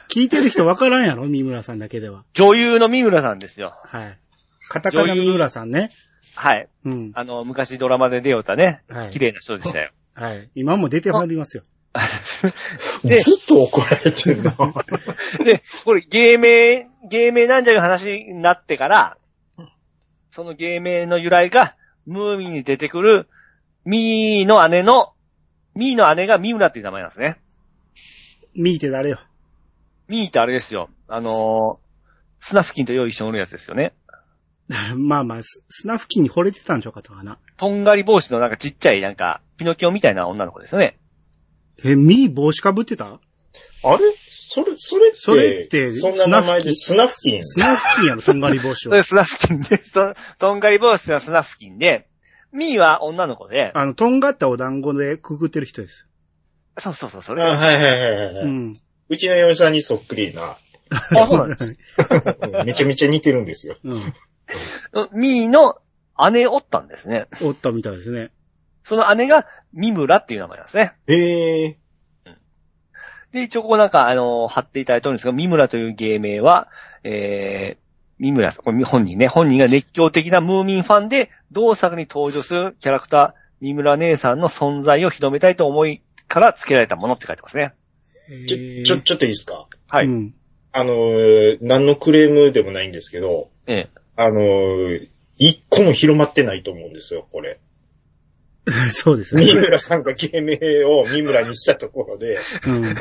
Speaker 1: 聞いてる人わからんやろ三村さんだけでは。
Speaker 2: 女優の三村さんですよ。
Speaker 1: はい。カタカナ三村さんね。
Speaker 2: はい。
Speaker 1: うん。
Speaker 2: あの、昔ドラマで出ようたね。
Speaker 1: はい
Speaker 2: 綺。麗な人で したよ。
Speaker 1: はい。今も出てはりますよ。
Speaker 2: で
Speaker 3: ずっと怒られてるな。
Speaker 2: で、これ芸名、芸名なんじゃいう話になってから、その芸名の由来が、ムーミンに出てくる、ミーの姉の、ミーの姉がミムラっていう名前なんですね。
Speaker 1: 見て誰よ。
Speaker 2: ミーってあれですよ。あのースナフキンとよう一緒におるやつですよね。
Speaker 1: まあまあ、ススナフキンに惚れてたんちゃうかとかな。
Speaker 2: とんがり帽子のなんかちっちゃいなんか、ピノキオみたいな女の子ですよね。
Speaker 1: え、ミー帽子かぶってた
Speaker 3: あれそれ、それって、
Speaker 1: それって
Speaker 3: そんな名前で、スナフキン。
Speaker 1: スナフキンやろ、とんがり帽子
Speaker 2: そ
Speaker 1: は
Speaker 2: れ。スナフキンで、そとんがり帽子はスナフキンで、ミーは女の子で、
Speaker 1: あの、とんがったお団子でくぐってる人です。
Speaker 2: そうそうそう、そ
Speaker 3: あ
Speaker 2: れ。あ、
Speaker 3: はいはいはいは
Speaker 1: う。
Speaker 3: い。うんうちの嫁さんにそっくりな。
Speaker 2: そうな んです。
Speaker 3: うんめちゃめちゃ似てるんですよ。
Speaker 1: うん。
Speaker 2: ミーの姉おったんですね。
Speaker 1: おったみたいですね。
Speaker 2: その姉がミムラっていう名前なんですね。
Speaker 3: へえ。
Speaker 2: で、一応ここなんか、あのー貼っていただいておるんですが、ミムラという芸名は、えー、ミムラさん、これ本人ね、本人が熱狂的なムーミンファンで、同作に登場するキャラクター、ミムラ姉さんの存在を広めたいと思いから付けられたものって書いてますね。
Speaker 3: ち
Speaker 1: えー
Speaker 3: ょ、ちょ、ちょっといいですか
Speaker 2: はい。
Speaker 1: うん。
Speaker 3: あのー、何のクレームでもないんですけど、
Speaker 2: ええ。
Speaker 3: あのー、一個も広まってないと思うんですよ、こ れ。
Speaker 1: そうですね
Speaker 3: 三。村さんが芸名を三村にしたところで、
Speaker 1: うん。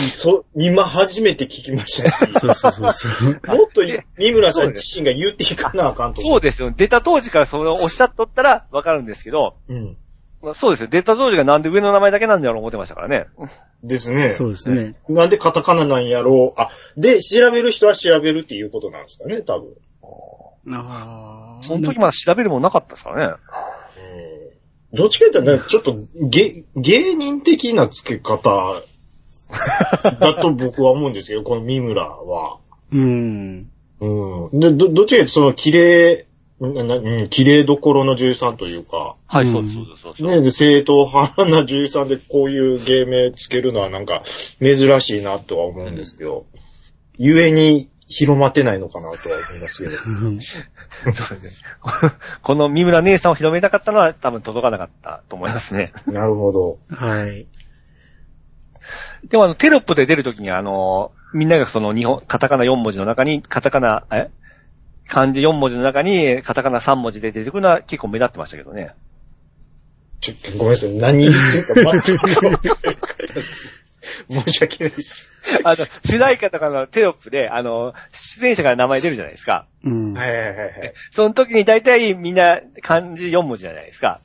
Speaker 3: そ、今初めて聞きました し、
Speaker 1: そうそうそう そう。
Speaker 3: もっと三村さん自身が言っていかなあかんと思。
Speaker 2: そううですよ。出た当時からそれをおっしゃっとったらわかるんですけど、
Speaker 3: うん。
Speaker 2: まあそうですよ。出た当時がなんで上の名前だけなんだろう思ってましたからね。
Speaker 3: ですね。
Speaker 1: そうですね。
Speaker 3: なんでカタカナなんやろう。あ、で、調べる人は調べるっていうことなんですかね、多分。うん
Speaker 1: ああ。
Speaker 2: その時まだ調べるもんなかったですからね。
Speaker 3: どっちかというと、ちょっと、げ、芸人的な付け方だと僕は思うんですけど、この三村は。
Speaker 1: うん。
Speaker 3: うん。で、ど、どっちかというと、その、綺麗、ななうん、綺麗どころの13というか、
Speaker 2: はい、
Speaker 1: うん
Speaker 2: そうです、そうですそうです。
Speaker 3: ね、正統派な13でこういう芸名つけるのはなんか珍しいなとは思うんですけど、ゆえに広まってないのかなとは思いますけど。
Speaker 2: そうですね。この三村姉さんを広めたかったのは多分届かなかったと思いますね。
Speaker 3: なるほど。
Speaker 1: はい。
Speaker 2: でもあの、テロップで出るときにあの、みんながその日本、カタカナ4文字の中に、カタカナ、え漢字4文字の中に、カタカナ3文字で出てくるのは結構目立ってましたけど ね。
Speaker 3: ちょ、ごめんなさい。何言ってるか全く分からないです。申し訳ないです。
Speaker 2: あの、主題歌とかのテロップで、あの、出演者から名前出るじゃないですか。
Speaker 1: うん。
Speaker 3: はいはいはいはい。
Speaker 2: その時に大体みんな漢字4文字じゃないですか。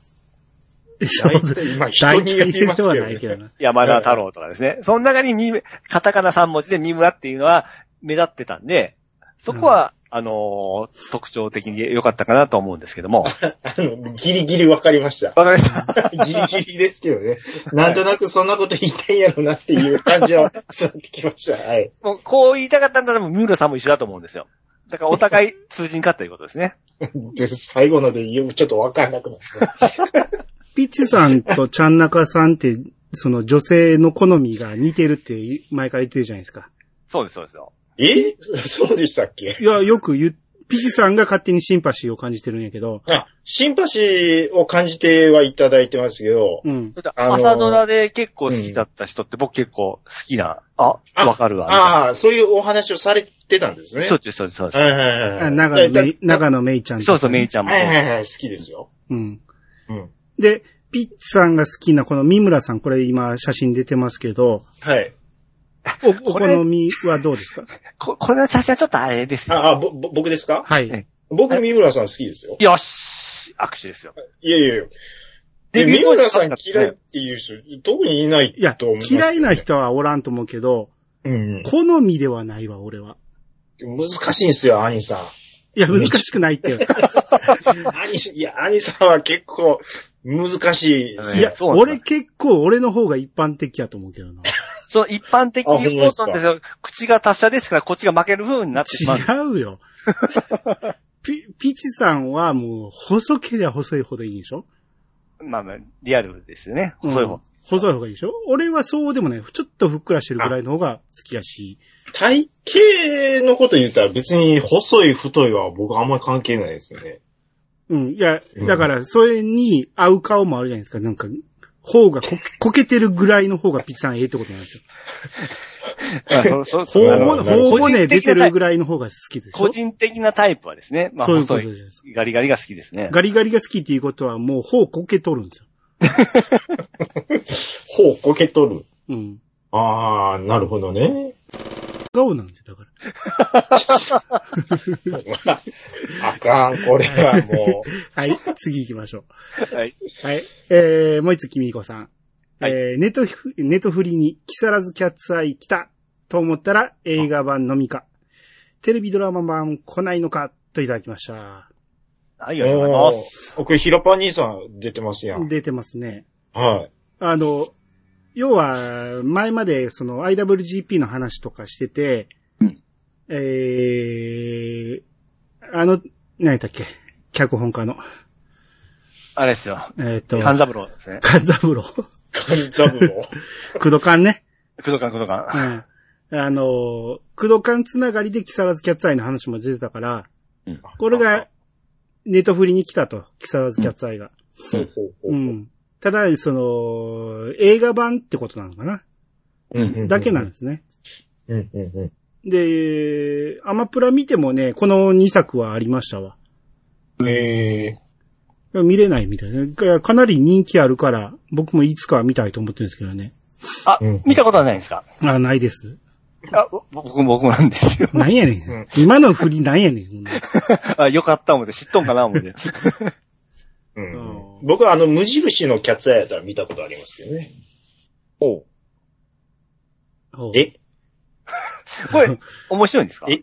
Speaker 1: そう
Speaker 3: 大体今人によりますけど
Speaker 1: 大体で
Speaker 3: ね
Speaker 1: はないけどな。
Speaker 2: 山田太郎とかですね。その中にみ、カタカナ3文字で三村っていうのは目立ってたんで、そこは、あのー特徴的に良かったかなと思うんですけども。
Speaker 3: あの、ギリギリ分かりました。
Speaker 2: わかりました。
Speaker 3: ギリギリですけどね。なんとなくそんなこと言いたいんやろうなっていう感じは伝わってきました。はい。
Speaker 2: もう、こう言いたかったんだら、三村さんも一緒だと思うんですよ。だから、お互い通じんかったということですね。
Speaker 3: で最後ので言うちょっと分からなくなった。
Speaker 1: ピッチさんとちゃんなかさんって、その女性の好みが似てるって前から言ってるじゃないですか。
Speaker 2: そうです、そうですよ。
Speaker 3: えそうでしたっけ
Speaker 1: いや、よく言う、ピッチさんが勝手にシンパシーを感じてるんやけど、
Speaker 3: あ、シンパシーを感じてはいただいてますけど、
Speaker 1: うん。
Speaker 2: だって
Speaker 3: あのー
Speaker 2: 朝ドラで結構好きだった人って、僕結構好きな、あ、
Speaker 3: あ
Speaker 2: わかるわ。みたいな
Speaker 3: ああ、そういうお話をされてたんですね。
Speaker 2: そうです、そうです、そうで
Speaker 3: はいはいはいは
Speaker 1: あ
Speaker 3: い。
Speaker 1: 長野
Speaker 3: だ
Speaker 1: めい、長野めいちゃん
Speaker 2: す。
Speaker 1: とかね
Speaker 2: そうそう、めいちゃんも。
Speaker 3: はいはいはい、好きですよ。
Speaker 1: うん。
Speaker 3: うん。
Speaker 1: で、ピッチさんが好きなこの三村さん、これ今写真出てますけど、
Speaker 3: はい。
Speaker 1: お、お
Speaker 2: これ
Speaker 1: 好みはどう ですか
Speaker 2: ここれの写真はちょっとあれですよ。
Speaker 3: ああ、ぼ、ぼ僕ですか
Speaker 1: は
Speaker 2: はい
Speaker 1: い。
Speaker 3: 僕、三村さん好きですよ。
Speaker 2: よし握手ですよ。
Speaker 3: いやいやいや。
Speaker 2: デ
Speaker 3: で、
Speaker 2: ビュー
Speaker 3: 三
Speaker 2: 当時
Speaker 3: 村さん嫌い
Speaker 2: あ
Speaker 3: っ
Speaker 2: って
Speaker 3: いう人、特にいない
Speaker 1: いや
Speaker 3: と思いま、すけどね
Speaker 1: 嫌いな。人はおらんと思うけど、
Speaker 3: うん。
Speaker 1: 好みではないわ、俺は。
Speaker 3: 難しいんですよ、兄さん。
Speaker 1: いや、難しくないって。
Speaker 3: 兄、いや、兄さんは結構難しいです
Speaker 1: い
Speaker 3: よ。
Speaker 1: や、
Speaker 2: そうなんだ
Speaker 1: 俺結構俺の方が一般的やと思うけどな。
Speaker 2: その一般的
Speaker 3: あ
Speaker 2: に
Speaker 3: ほんま
Speaker 2: 言
Speaker 3: で
Speaker 2: う
Speaker 3: す
Speaker 2: と
Speaker 3: か
Speaker 2: なんですよ。口が達者ですから、こっちが負ける風になってしまう。
Speaker 1: 違う よ。ピ、ピチさんはもう細けりゃ細いほどいいでしょ
Speaker 2: まあまあ、リアルですよね。細い方。
Speaker 1: うん細い方がいいでしょ俺はそうでもない。ちょっとふっくらしてるぐらいの方が好きやし。
Speaker 3: 体型のこと言ったら別に細い太いは僕あんまり関係ないですよね。
Speaker 1: うん。いや
Speaker 3: う、ん
Speaker 1: だから、それに合う顔もあるじゃないですか。なんか、方 がこ、こけてるぐらいの方がピッチさんええってことなんですよ。
Speaker 2: まあ、 そう、そう、
Speaker 1: 頬
Speaker 2: あの
Speaker 1: 骨、頬
Speaker 2: 個
Speaker 1: 骨
Speaker 2: 人
Speaker 1: 出
Speaker 2: 的
Speaker 1: て
Speaker 2: なタ
Speaker 1: る
Speaker 2: イプ
Speaker 1: ぐらいの方が好きでしょ
Speaker 2: 個人的なタイプはですね。まあ、
Speaker 1: そういうこと
Speaker 2: 細
Speaker 1: じゃないで
Speaker 2: い、
Speaker 1: すか。
Speaker 2: ガリガリが好きですね。
Speaker 1: ガリガリが好きっていうことはもう頬こけとるんですよ。
Speaker 3: ほう、こけとる。
Speaker 1: うん。
Speaker 3: ああ、なるほどね。
Speaker 1: 顔なんですよ、だから。
Speaker 3: あかん、これはもう。
Speaker 1: はい、次行きましょ
Speaker 2: はい。
Speaker 1: う。はい。えー、もう一つ、きみひこさん。
Speaker 2: はい
Speaker 1: えー、ネトフ、ネトフリに、木更津キャッツアイ来たと思ったら、映画版のみか。テレビドラマ版来ないのかといただきました。
Speaker 2: はい、ありがとうございます。
Speaker 3: 僕、ヒロパン兄さん出てますやん。
Speaker 1: 出てますね。
Speaker 3: はい。
Speaker 1: あの、要は、前まで、その IWGP の話とかしてて、
Speaker 2: うん
Speaker 1: えー、あの、何やったっけ脚本家の。
Speaker 2: あれですよ。
Speaker 1: えっ、と、
Speaker 2: 勘三郎ですね。
Speaker 1: 勘三郎。
Speaker 3: 勘三郎。
Speaker 1: クドカンね。
Speaker 2: 工藤勘、工藤勘。
Speaker 1: うん。あの、クドカンつながりで木更津キャッツアイの話も出てたから、
Speaker 2: うん
Speaker 1: これが、ネットフリに来たと、木更津キャッツアイが。
Speaker 3: ほうほうほ
Speaker 1: う。
Speaker 3: うん
Speaker 1: ただ、その、映画版ってことなのかな
Speaker 3: うん
Speaker 1: だけなんですね。
Speaker 3: うんうんうん。
Speaker 1: で、アマプラ見てもね、この2作はありましたわ。
Speaker 3: え
Speaker 1: 見れないみたいな。かかなり人気あるから、僕もいつかは見たいと思ってるんですけどね。
Speaker 2: あ
Speaker 3: うん、
Speaker 2: 見たことはないんですか
Speaker 1: あ、ないです。
Speaker 2: あ、ぼ僕も、僕もなんですよ。
Speaker 1: なんやね
Speaker 3: うんん。
Speaker 1: 今の振りなんやねん。
Speaker 2: あ、よかった思って、知っとんかな思って。
Speaker 1: う
Speaker 3: え
Speaker 1: ん
Speaker 3: 僕はあの、無印のキャッツアイやったら見たことありますけどね。
Speaker 2: おう
Speaker 1: ほう違
Speaker 3: え
Speaker 2: これ、面白いんですか
Speaker 3: え
Speaker 1: う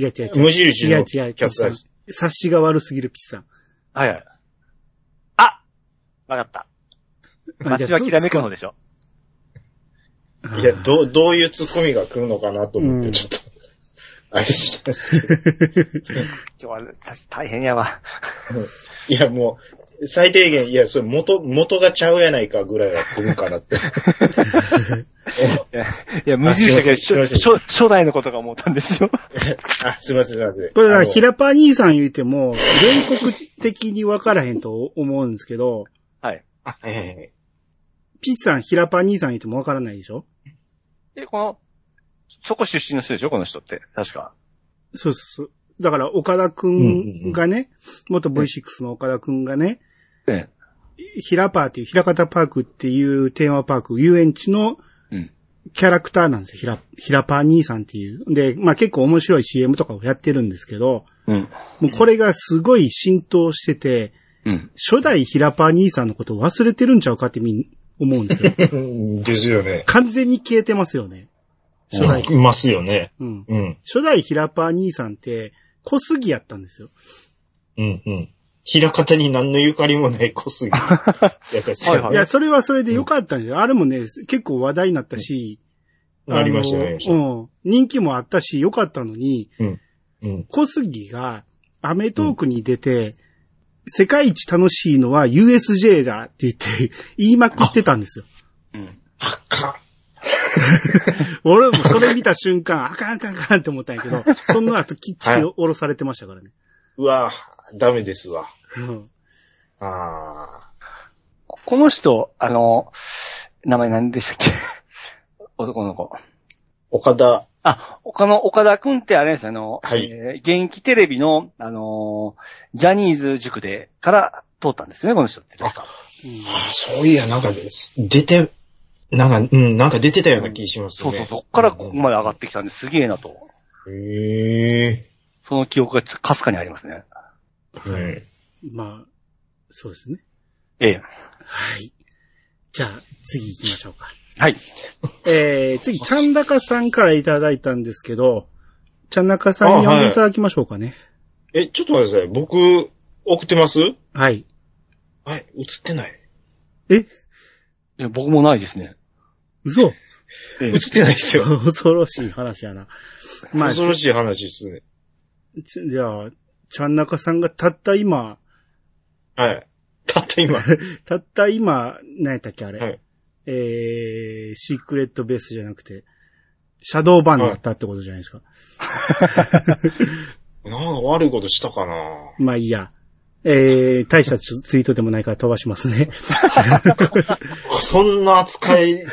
Speaker 1: 違う違う。
Speaker 3: 無印
Speaker 1: 違う
Speaker 3: の
Speaker 1: 違う。
Speaker 3: キャッツアイ。
Speaker 1: 察しが悪すぎるピッチさん。
Speaker 2: はいはい。あわかった。街はきらめくの方
Speaker 1: で。
Speaker 2: でしょ。
Speaker 3: いや、
Speaker 1: う
Speaker 3: どう、どういうツッコミが来るのかなと思っ
Speaker 1: うん
Speaker 3: て、ちょっと、あれしたんですけど。
Speaker 2: 今日はた大変やわ。
Speaker 3: いや、もう、最低限、いや、それ元、元がちゃうやないかぐらいは来るかなって。
Speaker 2: いや、いや無印だけど、
Speaker 3: あすいません
Speaker 2: 初初初代のことが思ったんですよ。
Speaker 3: あ、すいません、すいません。
Speaker 1: これだか
Speaker 3: あ
Speaker 1: ら、
Speaker 3: の
Speaker 1: 平パー兄さん言うても、全国的に分からへんと思うんですけど、
Speaker 2: はい。
Speaker 3: あええ
Speaker 1: ピッチさん、平パー兄さん言うても分からないでしょ
Speaker 2: え、この、そこ出身の人でしょこの人って。確か。
Speaker 1: そうそうそう。だから、岡田くんがね、元 V6 の岡田くんがね、
Speaker 2: え
Speaker 1: 平パーっていう、平方パークっていうテーマパーク、遊園地の
Speaker 2: うん
Speaker 1: キャラクターなんですよ。平、平パー兄さんっていう。で、まあ結構面白い CM とかをやってるんですけど、
Speaker 2: うん。
Speaker 1: もうこれがすごい浸透してて、
Speaker 2: うん。
Speaker 1: 初代平パー兄さんのことを忘れてるんちゃうかってみん、思うん ですよ。
Speaker 3: ですよね。
Speaker 1: 完全に消えてますよね。初代。
Speaker 3: いますよね。
Speaker 1: うん。
Speaker 3: うん。
Speaker 1: 初代平パー兄さんって、小杉やったんですよ。
Speaker 3: うん、うん。平方に何のゆかりもない 小杉。やったっすよ
Speaker 2: はい
Speaker 3: ね
Speaker 1: や、それはそれで良かったんですよ。あれもね、結構話題になったし、
Speaker 3: ありましたねありました
Speaker 1: あのうん。人気もあったし、良かったのに、
Speaker 3: うん。
Speaker 1: 小杉が、アメトークに出て、世界一楽しいのは USJ だって言って、言いまくってたんですよ。
Speaker 2: うん。
Speaker 3: あかん。
Speaker 1: 俺もそれ見た瞬間、あかんあかんあかんって思ったんやけ ど、その後きっちり
Speaker 3: は
Speaker 1: 降ろされてましたからね。
Speaker 3: うわダメですわ。
Speaker 1: うん
Speaker 3: あ
Speaker 2: ここの人、あの、名前何でしたっけ 男の子。
Speaker 3: ー岡田、
Speaker 2: あ、岡の、岡田くんってあれですあの、
Speaker 3: はい
Speaker 2: えー現役テレビの、あのージャニーズ塾で、から通ったんですよね、この人って。確か。
Speaker 1: う
Speaker 3: あーそういや、なんかです、出て、なんか、うん、なんか出てたような気します
Speaker 2: そう
Speaker 3: ね。
Speaker 2: そう、そっからここまで上がってきたんですげえなと。
Speaker 3: うん。へえ。
Speaker 2: その記憶がかすかにありますね。
Speaker 1: ん。はい。
Speaker 3: うん
Speaker 1: まあ、そうですね。
Speaker 2: ええ。
Speaker 1: はい。じゃあ、次行きましょうか。
Speaker 2: はい。
Speaker 1: えー、次、ちゃんだかさんからいただいたんですけど、ちゃんだかさんに
Speaker 3: あは
Speaker 1: 読
Speaker 3: い
Speaker 1: んでいただきましょうかね。
Speaker 3: え、ちょっと待ってください。僕、送ってます
Speaker 1: はい。
Speaker 3: はい、映ってない。
Speaker 1: え
Speaker 2: いや僕もないですね。
Speaker 1: 嘘
Speaker 2: ええ
Speaker 3: 映ってないですよ。
Speaker 1: 恐ろしい話やな。まあ、
Speaker 3: 恐ろ
Speaker 1: ち
Speaker 3: しい話ですね。
Speaker 1: じゃあ、ちゃんだかさんがたった今、
Speaker 3: はい。たった今。
Speaker 1: たった今、何やったっけあれ。
Speaker 3: はい
Speaker 1: えー、シークレットベースじゃなくて、シャドーバンだったってことじゃないですか。
Speaker 3: なんか悪いことしたかな
Speaker 1: まあいいや。えー、大したツツイートでもないから飛ばしますね。
Speaker 3: そんな扱い、な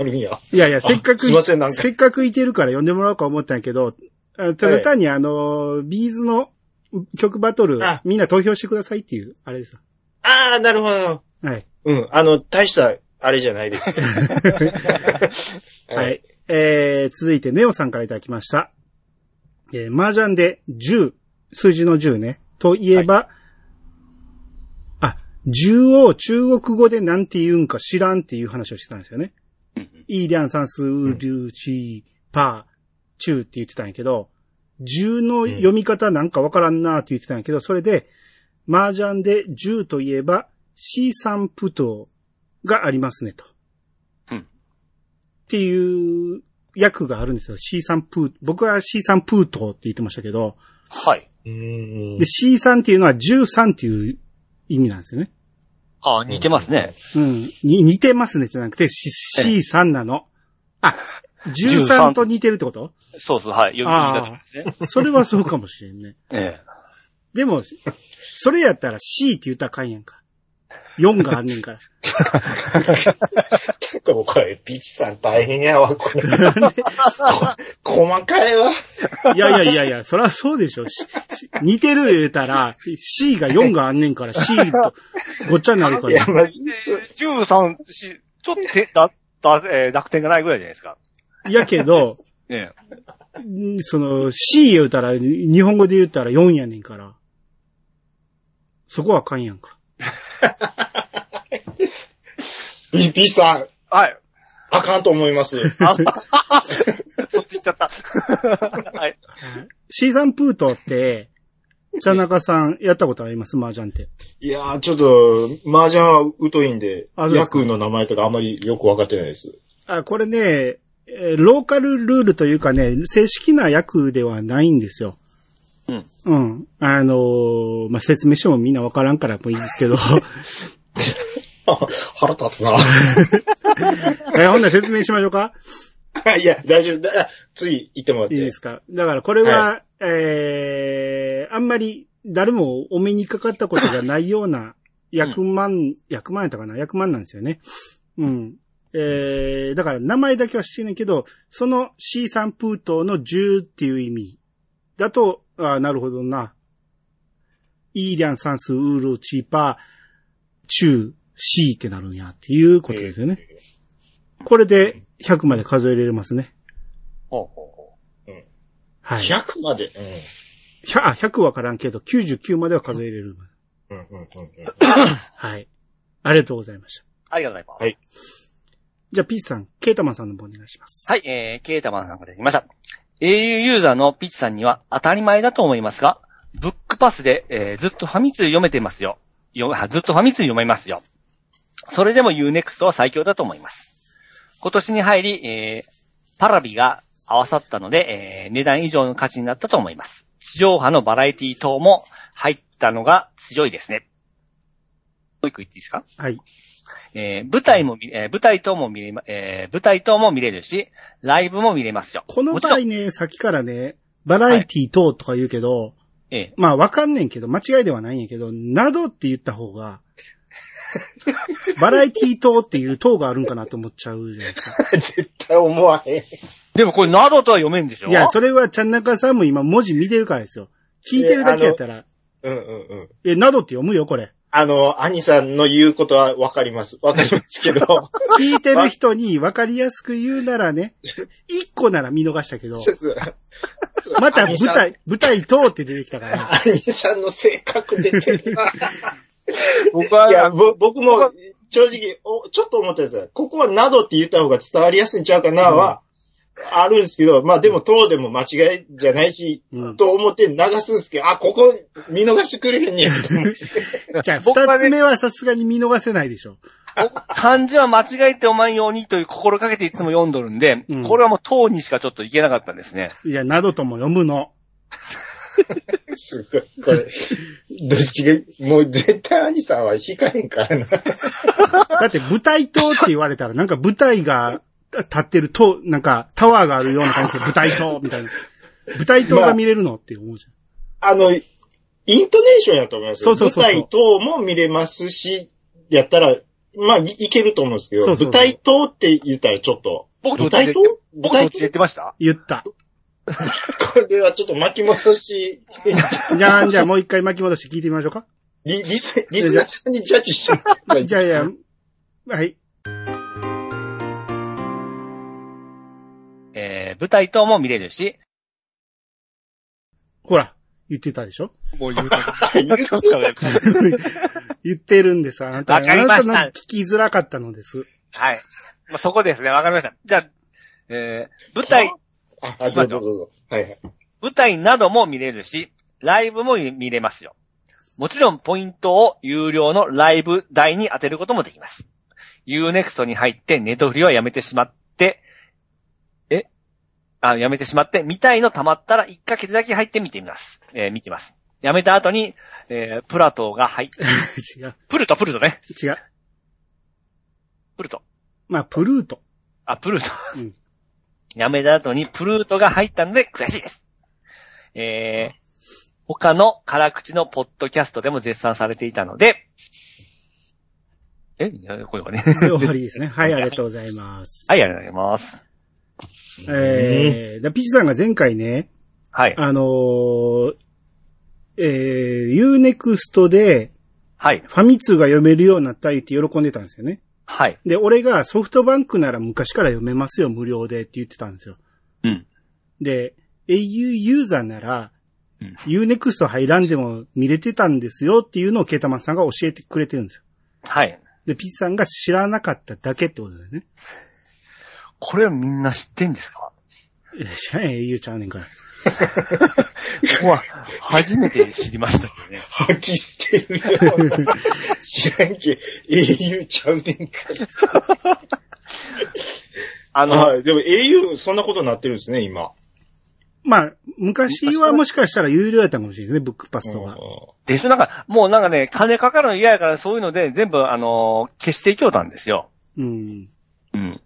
Speaker 3: るんや。
Speaker 1: いやいや、せっかく、
Speaker 3: すいませんなんか
Speaker 1: せっかくいてるから読んでもらおうか思ったんやけど、あただ単にあの、ビーズの曲バトル
Speaker 3: あ、
Speaker 1: みんな投票してくださいっていう、あれです。
Speaker 3: ああ、なるほど。
Speaker 1: はい。
Speaker 3: うん。あの、大した、あれじゃな いです。
Speaker 1: はい。。えー、続いて、ネオさんからいただきました。えー、麻雀で10、数字の10ね、といえば、あ、10を中国語でなんて言うんか知らんっていう話をしてたんですよね。イーリャン算数、ウリューチー、パー、チューって言ってたんやけど、10の読み方なんかわからんなーって言ってたんやけど、それで、麻雀で10といえば、C 三プトがありますね、と。
Speaker 2: うん
Speaker 1: っていう役があるんですよ。C 三プ僕は C 三プートって言ってましたけど、
Speaker 2: はい。
Speaker 3: うん
Speaker 1: で、。C 三っていうのは13っていう意味なんですよね。
Speaker 2: ああ、似てますね。
Speaker 1: うん。に、似てますね、じゃなくて、C、
Speaker 2: え
Speaker 1: C3 なの。あ、13と似てるってこと
Speaker 2: そうそう、はい。よく言い方ですね。
Speaker 1: それはそうかもしれんね。
Speaker 2: え
Speaker 1: でも、それやったら C って言ったらあかんやんか。4があんねんから。
Speaker 3: 結構これ、ピチさん大変やわ、こ れ。
Speaker 1: なんで
Speaker 3: 細かいわ。
Speaker 1: いやいやいやいや、そらそうでしょ。しし似てる言うたら、C が4があんねんから、C とごっちゃになるか
Speaker 3: いや、
Speaker 1: ら。
Speaker 3: マジ
Speaker 2: え
Speaker 3: でそう。
Speaker 2: 13、しちょっと手だ、だ、えー、濁点がないぐらいじゃないですか。
Speaker 1: やけど、
Speaker 2: ええ。
Speaker 1: んその C 言うたら、日本語で言うたら4やねんから。そこはあかんやんか。
Speaker 3: ピチさん、
Speaker 2: はい。
Speaker 3: あかんと思います。
Speaker 2: あ そっち行っちゃった。 はい。
Speaker 1: C さんプートって、茶中さんやったことあります麻雀って。
Speaker 3: いやー、ちょっと、麻雀は疎いんで、
Speaker 1: あそうですか
Speaker 3: 役の名前とかあんまりよくわかってないです。
Speaker 1: あ、これね、えーローカルルールというかね、正式な役ではないんですよ。
Speaker 2: うん。
Speaker 1: うん。あのーまあ、説明してもみんなわからんからもういいですけ ど。
Speaker 3: あ腹立 つな。
Speaker 1: え、ほんなら説明しましょうか
Speaker 3: いや、大丈夫。だ次行ってもらっ
Speaker 1: い
Speaker 3: て。
Speaker 1: いですか。だからこれは、えー、あんまり誰もお目にかかったことがないような役満、役満やったかな役満なんですよね。うん。えー、だから名前だけは知ってないけど、その C 三風筒の10っていう意味だと、あーなるほどな。イーリャン算数ウールチーパー、中、C ってなるんやっていうことですよね。これで100まで数えれますね。
Speaker 2: ほうほうほ
Speaker 1: はい。
Speaker 3: 100まで。
Speaker 1: 100あ、100わからんけど、99までは数えれる。
Speaker 3: うん。うん、うん、うん。うん
Speaker 1: はい。ありがとうございました。
Speaker 2: う。ありがとうございます。
Speaker 3: はい
Speaker 1: じゃあ、ピースさん、ケータマンさんの方お願いします。
Speaker 2: はい、えー、ケータマンさんからいただきました。au ユーザーのピッチさんには当たり前だと思いますが、ブックパスで、えーずっとファミ通読めてますよ。よあずっとファミ通読めますよ。それでも Unext は最強だと思います。今年に入り、えー、パラビが合わさったので、えー値段以上の価値になったと思います。地上波のバラエティ等も入ったのが強いですね。もう一個言っていいですか
Speaker 1: はい。
Speaker 2: えー舞台も見、えー舞台等も見れま、えー舞台等も見れるし、ライブも見れますよ。
Speaker 1: この
Speaker 2: もち
Speaker 1: 場
Speaker 2: ろ
Speaker 1: 合
Speaker 2: ん、
Speaker 1: ね、さっきからね、バラエティ等とか言うけど、
Speaker 2: え
Speaker 1: まあわかんねんけど、間違いではないんやけど、などって言った方 が、バラエティ等っていう等があるんかなと思っちゃうじゃないですか。
Speaker 3: 絶対思わへ
Speaker 2: ー
Speaker 3: ん。
Speaker 2: でもこれ、などとは読めんでしょ
Speaker 1: いや、それはちゃん中さんも今文字見てるからですよ。聞いてるだけやったら、
Speaker 3: うん、うん、うん。
Speaker 1: え、などって読むよ、これ。
Speaker 3: あの、兄さんの言うことはわかります。わかりますけ ど。
Speaker 1: 聞いてる人に分かりやすく言うならね、一個なら見逃したけど、 また舞
Speaker 3: 兄さん。
Speaker 1: 台、舞台通って出てきたから、
Speaker 3: 兄さんの性格出てる な。
Speaker 2: 僕
Speaker 3: いや、
Speaker 2: は、
Speaker 3: ぼ僕も、正直、おちょっと思ったんですがここはなどって言った方が伝わりやすいんちゃうかなは、あるんですけど、まあでも、とうでも間違いじゃないし、
Speaker 1: うん
Speaker 3: と思って流すんですけど、あ、ここ見逃してくれへんねやと思って。
Speaker 1: じゃあ
Speaker 2: 僕は
Speaker 1: 二つ
Speaker 2: ね、
Speaker 1: 目はさすがに見逃せないでしょ。
Speaker 2: 僕漢字は間違えておまんようにという心かけていつも読んどるんで、
Speaker 1: うん
Speaker 2: これはもう、当にしかちょっといけなかったんですね。
Speaker 1: いや、などとも読むの。
Speaker 3: すごい。これ、どっちが、もう絶対兄さんは引かへんからな。
Speaker 1: だって舞台塔って言われたら、なんか舞台が立ってる塔、なんかタワーがあるような感じで舞台塔みた いな。舞台塔が見れるのって思うじゃん。
Speaker 3: あの、イントネーションやと思いますよ。
Speaker 1: そうそうそうそう
Speaker 3: 舞台等も見れますし、やったら、まあ、いいけると思うんですけど、
Speaker 1: そうそうそう
Speaker 3: 舞台等って言ったらちょっと、
Speaker 2: 僕どっ
Speaker 3: 舞
Speaker 2: ちで言っ
Speaker 3: 台等
Speaker 2: て、
Speaker 3: 舞
Speaker 2: 僕どっ
Speaker 3: 台
Speaker 2: ちで
Speaker 3: 等
Speaker 2: 言ってました
Speaker 1: 言った。
Speaker 3: これはちょっと巻き戻し、
Speaker 1: じゃあ、じゃあもう一回巻き戻して聞いてみましょうか。
Speaker 3: リリス、リスナーさんにジャッジしてもらえ ばいい
Speaker 1: じゃあ、いや、はい。
Speaker 2: えー、舞台等も見れるし、
Speaker 1: ほら、言ってたでしょ
Speaker 4: もう言うた。
Speaker 2: 言 ってますからね。
Speaker 1: 言ってるんです。あなた、
Speaker 2: わかりました
Speaker 1: あなたの聞きづらかったのです。
Speaker 2: はい。まあ、そこですね。わかりました。じゃあ、えー、舞台、
Speaker 3: あ、あどうぞどうぞ。はいはい。
Speaker 2: 舞台なども見れるし、ライブも見れますよ。もちろんポイントを有料のライブ代に当てることもできます。Unext に入ってネットフリはやめてしまって、えあ、やめてしまって、見たいの溜まったら1ヶ月だけ入って見てみます。えー見てます。やめた後に、えープラトーが入っ
Speaker 1: 違う、
Speaker 2: プルト、プルトね。
Speaker 1: 違う。
Speaker 2: プルト。
Speaker 1: まあ、プルート。
Speaker 2: あ、プルート。
Speaker 1: うん
Speaker 2: やめた後にプルートが入ったので悔しいです。えー、他の辛口のポッドキャストでも絶賛されていたので、えいやこれはね。
Speaker 1: で終わりですね。はい、ありがとうございます。
Speaker 2: はい、ありがとうございます。
Speaker 1: えー、だピチさんが前回ね、
Speaker 2: はい。
Speaker 1: あのー、えー、Unext で
Speaker 2: はい。
Speaker 1: ファミ通が読めるようになった言って喜んでたんですよね。
Speaker 2: はい。
Speaker 1: で、俺がソフトバンクなら昔から読めますよ、無料でって言ってたんですよ。
Speaker 2: うん。
Speaker 1: で、au ユーザーなら
Speaker 2: うん
Speaker 1: Unext 入らんでも見れてたんですよっていうのをケータマンさんが教えてくれてるんですよ。
Speaker 2: はい。
Speaker 1: で、ピチさんが知らなかっただけってことだよね。
Speaker 2: これみんな知ってんですか
Speaker 1: いや知らん au ちゃうねんから。
Speaker 2: 僕は初めて知りましたけどね。
Speaker 3: 吐き捨てるような。知らんけ、英雄ちゃうねんか。
Speaker 2: あの、
Speaker 3: はい。でも英雄、そんなことになってるんですね、今。
Speaker 1: まあ、昔はもしかしたら有料やったかもしれないですね、ブックパスとか。
Speaker 2: でしょなんか、もうなんかね、金かかるの嫌やからそういうので全部あの消していきょうたんですよ。
Speaker 1: うん。
Speaker 2: うん。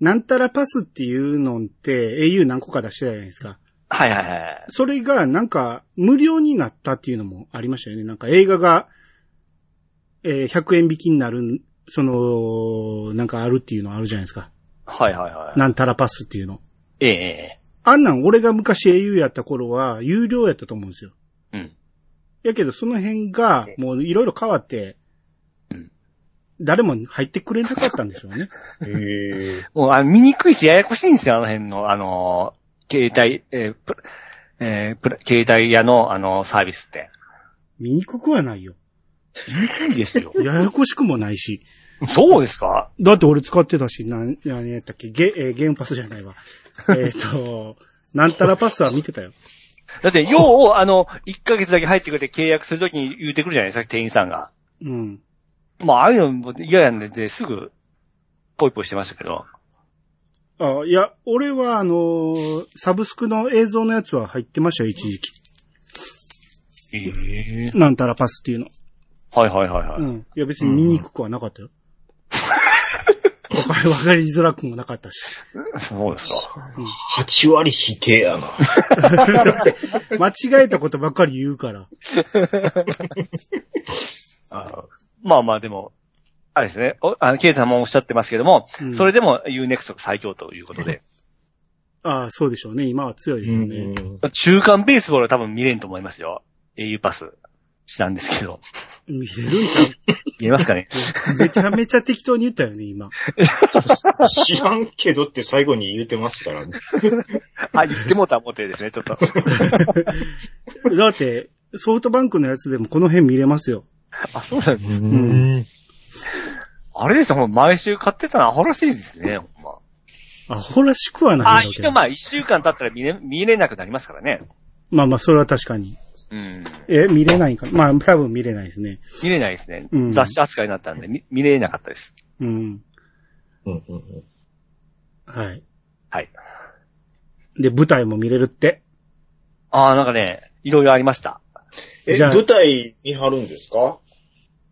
Speaker 1: なんたらパスっていうのって au 何個か出してたじゃないですか。
Speaker 2: はいはいはい。
Speaker 1: それがなんか無料になったっていうのもありましたよね。なんか映画が、えー100円引きになる、その、なんかあるっていうのあるじゃないですか。
Speaker 2: はいはいはい。
Speaker 1: なんたらパスっていうの。
Speaker 2: ええ
Speaker 1: あんなん俺が昔 au やった頃は有料やったと思うんですよ。
Speaker 2: うん。
Speaker 1: やけどその辺がもういろいろ変わって
Speaker 2: うん、
Speaker 1: 誰も入ってくれなかったんでしょうね。
Speaker 3: へえ。
Speaker 2: もう、あの、見にくいし、ややこしいんですよ、あの辺の、あのー、携帯、えープラえープラ携帯屋の、あのーサービスって。
Speaker 1: 見にくくはないよ。
Speaker 2: いいです よ。
Speaker 1: ややこしくもないし。
Speaker 2: そうですか
Speaker 1: だって俺使ってたし、なん、何やったっけゲ、えーゲームパスじゃないわ。 えっと、なんたらパスは見てたよ。
Speaker 2: だって、よう、あの、1ヶ月だけ入ってくれて契約するときに言うてくるじゃないですか、店員さんが。
Speaker 1: うん。
Speaker 2: まあ、ああいうのも嫌やんで、ですぐ、ポイポイしてましたけど。
Speaker 1: あ、いや、俺はあのーサブスクの映像のやつは入ってましたよ、一時期。
Speaker 2: ええ
Speaker 1: なんたらパスっていうの。
Speaker 2: はいはいはいはい。
Speaker 1: うん。いや、別に見にくくはなか ったよ。わかり、わかりづらくもなかったし。
Speaker 2: そうですか。
Speaker 3: 8割否定やな。
Speaker 1: 間違えたことばっかり言うから。
Speaker 2: あまあまあ、でも、あれですね。おあの、ケイさんもおっしゃってますけども、
Speaker 1: うん
Speaker 2: それでも Unext 最強ということで。
Speaker 1: ああ、そうでしょうね。今は強いですよね。
Speaker 2: 中間ベースボールは多分見れんと思いますよ。au パス。知らんですけど。
Speaker 1: 見れるんちゃう
Speaker 2: 見えますかね
Speaker 1: めちゃめちゃ適当に言ったよね、今。
Speaker 3: 知らんけどって最後に言うてますからね。
Speaker 2: あ、言ってもうた思ってですね、ちょっと。
Speaker 1: だって、ソフトバンクのやつでもこの辺見れますよ。
Speaker 2: あ、そうなんです。
Speaker 1: ん
Speaker 2: あれですよ、ほんま毎週買ってたのアホらしいですね、ほんま。
Speaker 1: アホらしくはな
Speaker 2: あ、
Speaker 1: いんだけ
Speaker 2: 一
Speaker 1: ど。
Speaker 2: まあ一週間経ったら見れ、見れなくなりますからね。
Speaker 1: まあまあ、それは確かに。
Speaker 2: うん。
Speaker 1: え、見れないんかまあ、多分見れないですね。
Speaker 2: 見れないですね。
Speaker 1: うん
Speaker 2: 雑誌扱いになったんで、み見れなかったです。
Speaker 1: うん。
Speaker 3: うんうんうん
Speaker 1: はい。
Speaker 2: はい。
Speaker 1: で、舞台も見れるって。
Speaker 2: ああ、なんかね、いろいろありました。
Speaker 3: え、
Speaker 1: じゃあ
Speaker 3: 舞台見張るんですか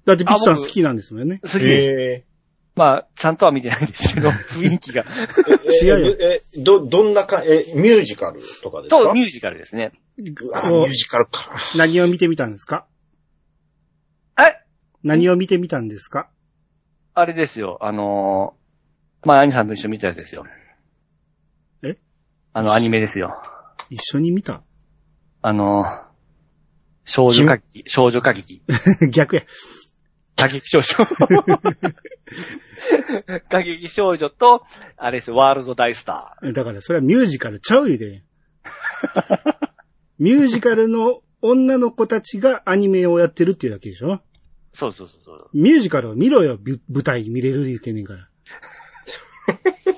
Speaker 1: だってピッチさん
Speaker 2: あ僕
Speaker 1: 好きなんですもんね。
Speaker 2: 好きです。
Speaker 3: え
Speaker 2: まあ、ちゃんとは見てないんですけ ど、雰囲気が。
Speaker 3: ーえ
Speaker 1: 試合
Speaker 3: ええ、ど、どんなか、え、ミュージカルとかですか
Speaker 2: と、ミュージカルですね。
Speaker 3: あ、ミ
Speaker 1: こ
Speaker 3: ュージカルか。
Speaker 1: う何を見てみたんですか
Speaker 2: え
Speaker 1: 何を見てみたんですか
Speaker 2: あれですよ、あのー、まあ、兄さんと一緒に見たやつですよ。
Speaker 1: え
Speaker 2: あの、アニメですよ。
Speaker 1: 一緒に見た
Speaker 2: あのー、少女歌劇、少女歌 劇。
Speaker 1: 逆や。
Speaker 2: 歌劇少女。歌劇少女と、あれです、ワールド大スタ
Speaker 1: だからそれはミュージカルちゃうゆ で。ミュージカルの女の子たちがアニメをやってるっていうだけでしょ
Speaker 2: ー。そうそうそうそう。
Speaker 1: ミュージカルを見ろよ、ぶ舞台見れる言うてんねんから。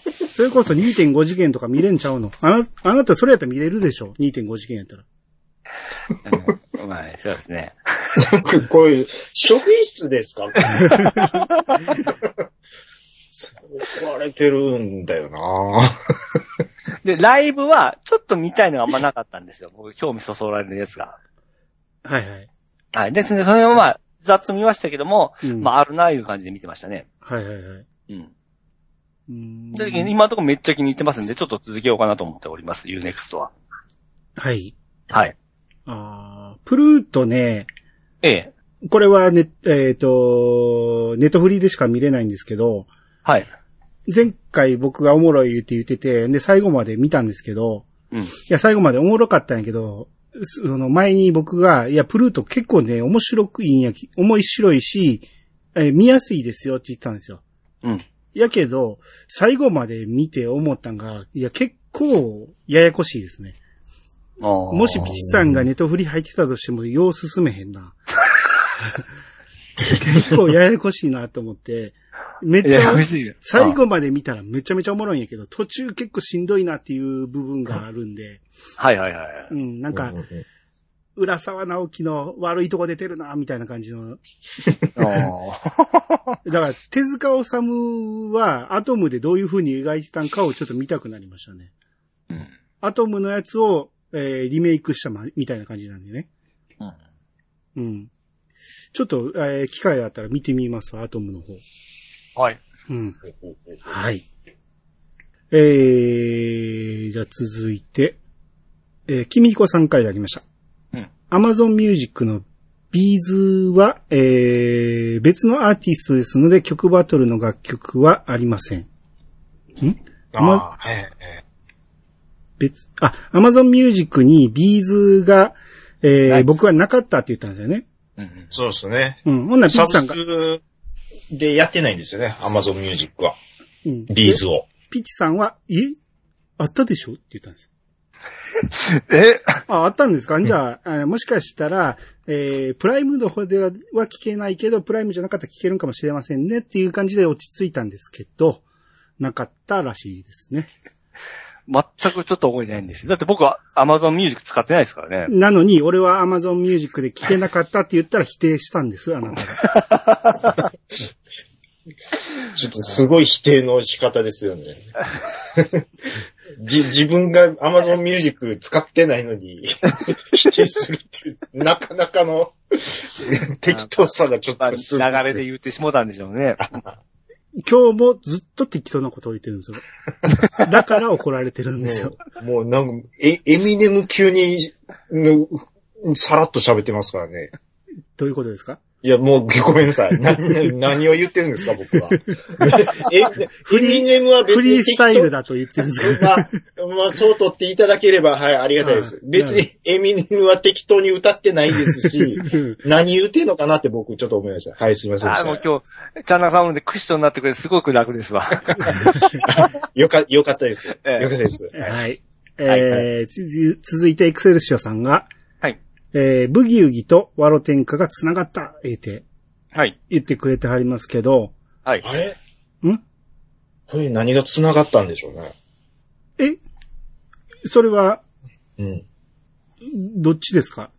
Speaker 1: それこそ2.5次元とか見れんちゃうの。あな、あなたそれやったら見れるでしょ ?2.5 次元やったら。
Speaker 2: うんまあ、そうですね。
Speaker 3: こういう、職員室ですか そう怒られてるんだよな
Speaker 2: で、ライブは、ちょっと見たいのがあんまなかったんですよ。僕、興味そそられるやつが。
Speaker 1: はいはい。
Speaker 2: はい。ですね、それをまあ、ざっと見ましたけども、
Speaker 1: うん、
Speaker 2: まあ、あるな、いう感じで見てましたね。
Speaker 1: はいはいはい。
Speaker 2: うん。
Speaker 1: うーん
Speaker 2: で今のところめっちゃ気に入ってますんで、ちょっと続けようかなと思っております、UNEXT は。
Speaker 1: はい。
Speaker 2: はい。
Speaker 1: あープルートね、
Speaker 2: ええ。
Speaker 1: これはね、えっ、と、ネットフリーでしか見れないんですけど、
Speaker 2: はい。
Speaker 1: 前回僕がおもろいって言ってて、で、最後まで見たんですけど、
Speaker 2: うん
Speaker 1: いや、最後までおもろかったんやけど、その前に僕が、いや、プルート結構ね、面白くいいんやき、面白いし、えー見やすいですよって言ったんですよ。
Speaker 2: うん。
Speaker 1: やけど、最後まで見て思ったんが、いや、結構、ややこしいですね。も
Speaker 2: も
Speaker 1: しピチさんがネトフリ入ってたとしても、よう進めへんな。 結構ややこしいなと思って、めっ
Speaker 2: い
Speaker 1: ちゃ
Speaker 2: や、、しい。
Speaker 1: 最後まで見たらめちゃめちゃおもろいんやけど、途中結構しんどいなっていう部分があるんで、
Speaker 2: あ。はいはいはい。
Speaker 1: うん、な
Speaker 3: なん
Speaker 1: か、浦沢直樹の悪いとこ出てるな、みたいな感じの。
Speaker 2: あ
Speaker 1: だから、手塚治虫は、アトムでどういう風に描いてたんかをちょっと見たくなりましたね。
Speaker 2: ー
Speaker 1: アトムのやつを、えーリメイクしたま、みたいな感じなんでね。
Speaker 2: うん
Speaker 1: うん。ちょっと、えー機会があったら見てみますわ、アトムの方。
Speaker 2: はい。
Speaker 1: うん。はい。えー、じゃあ続いて、えー、君彦さんからいただきました。
Speaker 2: うん。
Speaker 1: Amazon Music のビーズは、えー、別のアーティストですので曲バトルの楽曲はありません。
Speaker 3: ああ、はいはいはい。
Speaker 1: 別、あ、Amazon Music にビーズが、え
Speaker 2: ない
Speaker 1: ー、僕はなかったって言ったんですよね。
Speaker 2: うん
Speaker 3: そうですね。
Speaker 1: うん。ほんならピ
Speaker 3: サ
Speaker 1: ッ
Speaker 3: ブ
Speaker 1: チさん
Speaker 3: ス
Speaker 1: が、
Speaker 3: クでやってないんですよね。Amazon Music は。
Speaker 1: うん、
Speaker 3: ビーズを。
Speaker 1: ピッチさんは、えあったでしょって言ったんですよ。
Speaker 2: え
Speaker 1: あ、あったんですかじゃあ、あもしかしたら、えー、プライムの方ではは聞けないけど、プライムじゃなかったら聞けるかもしれませんねっていう感じで落ち着いたんですけど、なかったらしいですね。
Speaker 2: 全くちょっと覚えてないんですよ。だって僕は Amazon Music 使ってないですからね。
Speaker 1: なのに、俺は Amazon Music で聞けなかったって言ったら否定したんです、あなたが。
Speaker 3: ちょっとすごい否定の仕方ですよね。じ自分が Amazon Music 使ってないのに否定するっていう、なかな かの適当さがちょっ
Speaker 2: まあ、
Speaker 3: とすごい
Speaker 2: 流れ
Speaker 3: す
Speaker 2: で
Speaker 3: ね
Speaker 2: 言ってしもたんでしょうね。
Speaker 1: 今日もずっと適当なことを言ってるんですよ。だから怒られてるんですよ。
Speaker 3: もうなんか、えエミネム級に、ぬさらっと喋ってますからね。
Speaker 1: どういうことですか
Speaker 3: いや、もうごめんなさい。何何を言ってるんですか、僕 は。えエミネムは別
Speaker 1: フ
Speaker 3: に
Speaker 1: リースタイル
Speaker 3: だ。
Speaker 1: だと言ってるんです けど。
Speaker 3: まあ、まあ、そう取っていただければ、はい、ありがたいです。
Speaker 1: うん
Speaker 3: 別にエミネムは適当に歌ってないで すし、何言ってんのかなって僕ちょっと思いました。はい、すみませんで
Speaker 2: あ
Speaker 3: し
Speaker 2: ーもう
Speaker 3: た。
Speaker 2: 今日、チャンナさんでクッションになってくれてすごく楽ですわ。
Speaker 3: よか、よかったです。よ
Speaker 2: ええ
Speaker 3: かったです。
Speaker 1: はい。
Speaker 2: はい
Speaker 1: えー、つ続いてエクセルシオさんが、
Speaker 2: はい。
Speaker 1: えー、ブギウギとワロテンカが繋がった、えーって
Speaker 2: はい。
Speaker 1: 言ってくれてはりますけど、
Speaker 2: はい。
Speaker 3: あれ
Speaker 1: ん
Speaker 3: これ何が繋がったんでしょうね。
Speaker 1: えそれは、
Speaker 3: うん。
Speaker 1: どっちですか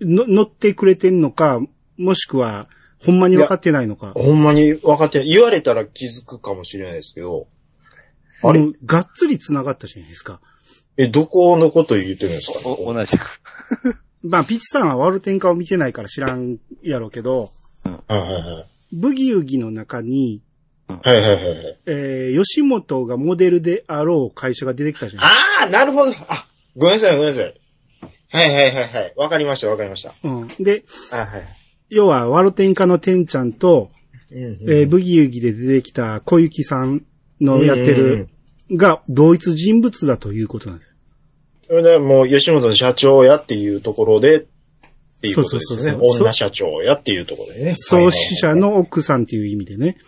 Speaker 1: の、乗ってくれてんのか、もしくは、ほんまに分かってないのか。
Speaker 3: ほんまに分かってない。言われたら気づくかもしれないですけど。あれ
Speaker 1: もうがっつり繋がったじゃないですか。
Speaker 3: え、どこのこと言ってるんですか
Speaker 2: お同じく。
Speaker 1: まあ、ピチさんはワルテンカを見てないから知らんやろうけど、
Speaker 3: はいはいはい。
Speaker 1: ブギウギの中に、
Speaker 3: はいはいはいはい。
Speaker 1: えー、吉本がモデルであろう会社が出てきたじゃん。
Speaker 3: ああ、なるほど。あ、ごめんなさいごめんなさい。はいはいはいはい。わかりましたわかりました。
Speaker 1: うん。で、
Speaker 3: あはい。
Speaker 1: 要は、ワルテンカのテンちゃんと、
Speaker 3: うんうん
Speaker 1: えーブギウギで出てきた小雪さんのやってる、が同一人物だということなんです。
Speaker 3: それでもう、吉本の社長やっていうところで、っていうことですよね。
Speaker 1: そうそうそうそう
Speaker 3: 女社長やっていうところでね。
Speaker 1: 創始者。の奥さんっていう意味でね。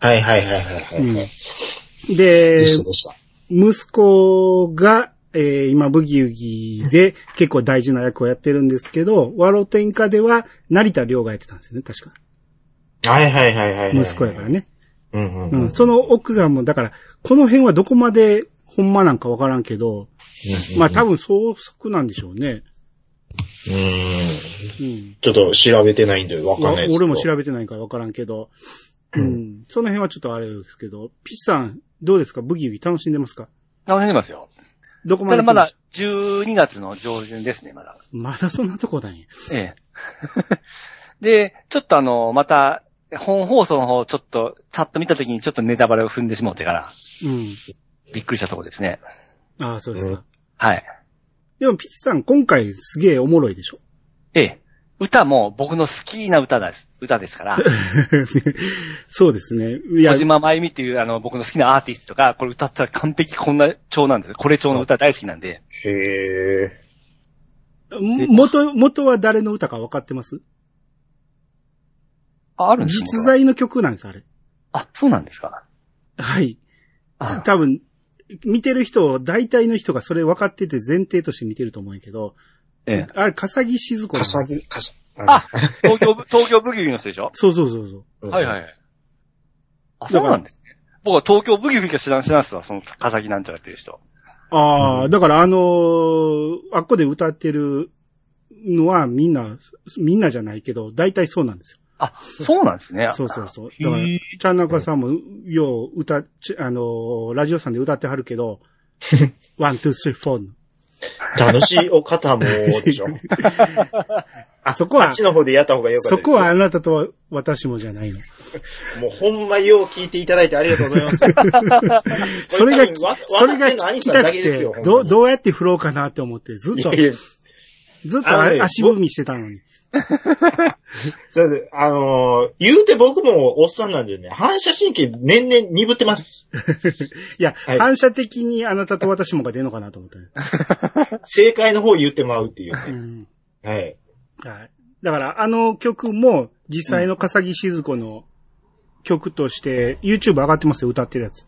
Speaker 3: はいはいはいはいはい。
Speaker 1: うん
Speaker 3: で
Speaker 1: で、
Speaker 3: したでした。
Speaker 1: 息子が、えー今、ブギウギで結構大事な役をやってるんですけど、ワロテンカでは成田亮がやってたんですよね、確か。
Speaker 3: はいはいはいはいはい。
Speaker 1: 息子やから。ね。
Speaker 3: うんうん
Speaker 1: う。
Speaker 3: うんん。
Speaker 1: その奥さんも、だから、この辺はどこまでほんまなんかわからんけど、
Speaker 3: うんうん
Speaker 1: まあ多分創作なんでしょうね。
Speaker 3: うん。
Speaker 1: うん。
Speaker 3: ちょっと調べてないんでわかんないですけど。
Speaker 1: 俺も調べてないからわからんけど。う
Speaker 3: うん
Speaker 1: ん。その辺はちょっとあれですけど、ピッチさん、どうですかブギウギ楽しんでますか
Speaker 2: 楽しんでますよ。
Speaker 1: どこま
Speaker 2: た
Speaker 1: で
Speaker 2: だまだ12月の上旬ですね、まだ。
Speaker 1: まだそんなとこだね。
Speaker 2: ええ。 で、ちょっとあの、また、本放送の方、ちょっと、チャッと見たときにちょっとネタバレを踏んでしもうてから、
Speaker 1: うん。
Speaker 2: びっくりしたところですね。
Speaker 1: ああ、そうですか。
Speaker 3: うん
Speaker 2: はい。
Speaker 1: でも、ピチさん、今回すげえおもろいでしょ。
Speaker 2: ええ。歌も僕の好きな歌です、歌です から、
Speaker 1: そうですね。いや
Speaker 2: 小、島真由美っていうあの僕の好きなアーティストが、これ歌ったら完璧こんな調なんです。これ調の歌大好きなんで、
Speaker 3: へえ。
Speaker 1: も元、元は誰の歌か分かってます
Speaker 2: あ、あるんです
Speaker 1: 実
Speaker 2: 在
Speaker 1: 在の曲なんです、あれ。
Speaker 2: あ、そうなんですか。
Speaker 1: はい。
Speaker 2: あ
Speaker 1: 多分、見てる人、大体の人がそれ分かってて前提として見てると思うんやけど、
Speaker 2: ええ。
Speaker 1: あれ、笠木静子なんで
Speaker 3: か
Speaker 1: す
Speaker 3: さぎ、かさ、
Speaker 2: あ、東 京、東京ブギウギの人でしょ
Speaker 1: そうそうそうそう。
Speaker 3: うん
Speaker 2: はいはい。あ、そうなんですね。僕は東京ブギウギが知らん知らんすわ、その、笠木なんちゃらっていう人。
Speaker 1: ああ、
Speaker 3: うん
Speaker 1: だからあのーあっこで歌ってるのはみんな、みんなじゃないけど、大体そうなんですよ。
Speaker 2: あ、そうなんですね。
Speaker 1: そうそうそう。
Speaker 2: へ
Speaker 1: だから、
Speaker 2: ー
Speaker 1: チャンナカさんも、よう歌っ、ちあのーラジオさんで歌ってはるけ ど、ワン、ツー、スリー、フォーの。
Speaker 3: 楽しいお方も、で しょ。
Speaker 1: あそこは
Speaker 3: あっちの方でやった方がよかっ
Speaker 1: そ
Speaker 3: たです。
Speaker 1: こはあなたとは私もじゃないの。
Speaker 3: もうほんまよう聞いていただいてありがとうございます。
Speaker 1: それが、
Speaker 3: これ
Speaker 1: それが聞きたく
Speaker 3: 多分わわかってんの兄さんだけです
Speaker 1: て
Speaker 3: よ、
Speaker 1: どう、どうやって振ろうかなって思って、ずっと
Speaker 3: い、やいや
Speaker 1: ずっと
Speaker 3: あのね
Speaker 1: 足踏みしてたのに。
Speaker 3: それで、あのー言うて僕もおっさんなんでね、反射神経年々鈍ってます。
Speaker 1: いや、
Speaker 3: はい
Speaker 1: 反射的にあなたと私もが出るのかなと 思った。
Speaker 3: 正解の方言ってまうっていう
Speaker 1: う
Speaker 3: ね。
Speaker 1: ん
Speaker 3: はい。
Speaker 1: はい。だから、あの曲も、実際の笠木静子の曲として、YouTube 上がってますよ、歌ってるやつ。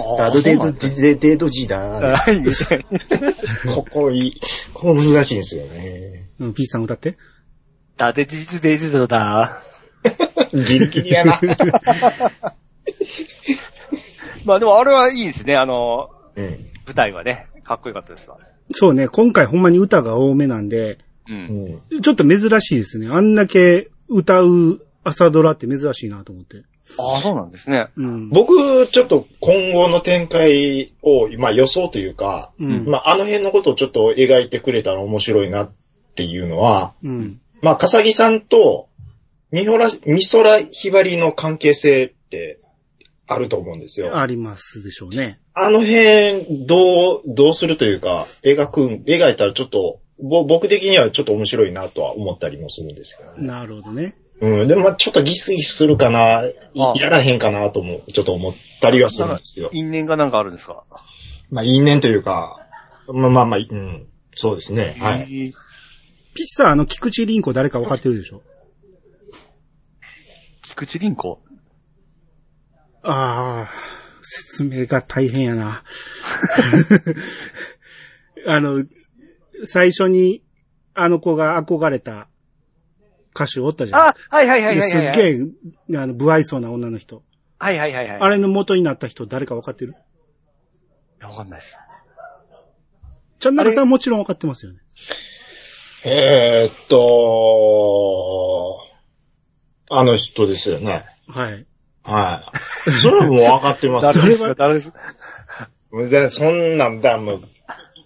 Speaker 2: あ
Speaker 3: ダ
Speaker 2: あ
Speaker 3: ドデ
Speaker 2: そうな
Speaker 3: ード、
Speaker 2: んですね
Speaker 3: デデードジだー。
Speaker 2: はい、みたいな。
Speaker 3: ここいい。ここ難しいんですよね。
Speaker 1: うん、ピーチさん歌って。
Speaker 2: だてじじでじじだ。
Speaker 3: ギリギリやな。
Speaker 2: まあでもあれはいいですね、あの、
Speaker 3: うん。
Speaker 2: 舞台はね、かっこよかったですわ。
Speaker 1: そうね、今回ほんまに歌が多めなんで、
Speaker 2: う。
Speaker 3: うんん。
Speaker 1: ちょっと珍しいですね。あんだけ歌う朝ドラって珍しいなと思って。
Speaker 2: ああ、そうなんですね。
Speaker 1: うん。
Speaker 3: 僕、ちょっと今後の展開を、まあ予想というか、
Speaker 1: うん。
Speaker 3: まああの辺のことをちょっと描いてくれたら面白いなっていうのは、
Speaker 1: うん。
Speaker 3: まあ、笠木さんと、みほら、みそらひばりの関係性って、あると思うんですよ。あ
Speaker 1: ありますでしょうね。
Speaker 3: の辺、どう、どうするというか、描く、描いたらちょっと、ぼ僕的にはちょっと面白いなとは思ったりもするんですけどね。
Speaker 1: なるほどね。
Speaker 3: うん。でも、まあ、ちょっとギスギスするかな、
Speaker 2: あ
Speaker 3: やらへんかなとも、ちょっと思ったりはするんですけど。
Speaker 2: 因縁がなんかあるんですか
Speaker 3: まあ、因縁というか、まあまあまあ、うん。そうですね。はい。
Speaker 2: い。
Speaker 1: ピッチさん、あの、菊池凛子誰か分かってるでしょ
Speaker 2: 菊池凛子
Speaker 1: ああ、説明が大変や な。あの、最初に、あの子が憧れた歌手おったじゃん。
Speaker 2: あ、はいはいはいはいはい。
Speaker 1: ですっげえ、あの、不愛想な女の人。
Speaker 2: はいはいはいはい。
Speaker 1: あれの元になった人誰か分かってる
Speaker 2: いやわかんないです。
Speaker 1: チャンナルさんもちろん分かってますよね。
Speaker 3: えーっと、あの人ですよね。
Speaker 1: はい。
Speaker 3: はい。それはもう分かってます
Speaker 1: 誰
Speaker 2: 誰
Speaker 3: よ。
Speaker 2: ですか誰ですか
Speaker 3: でそんなんだ、もう、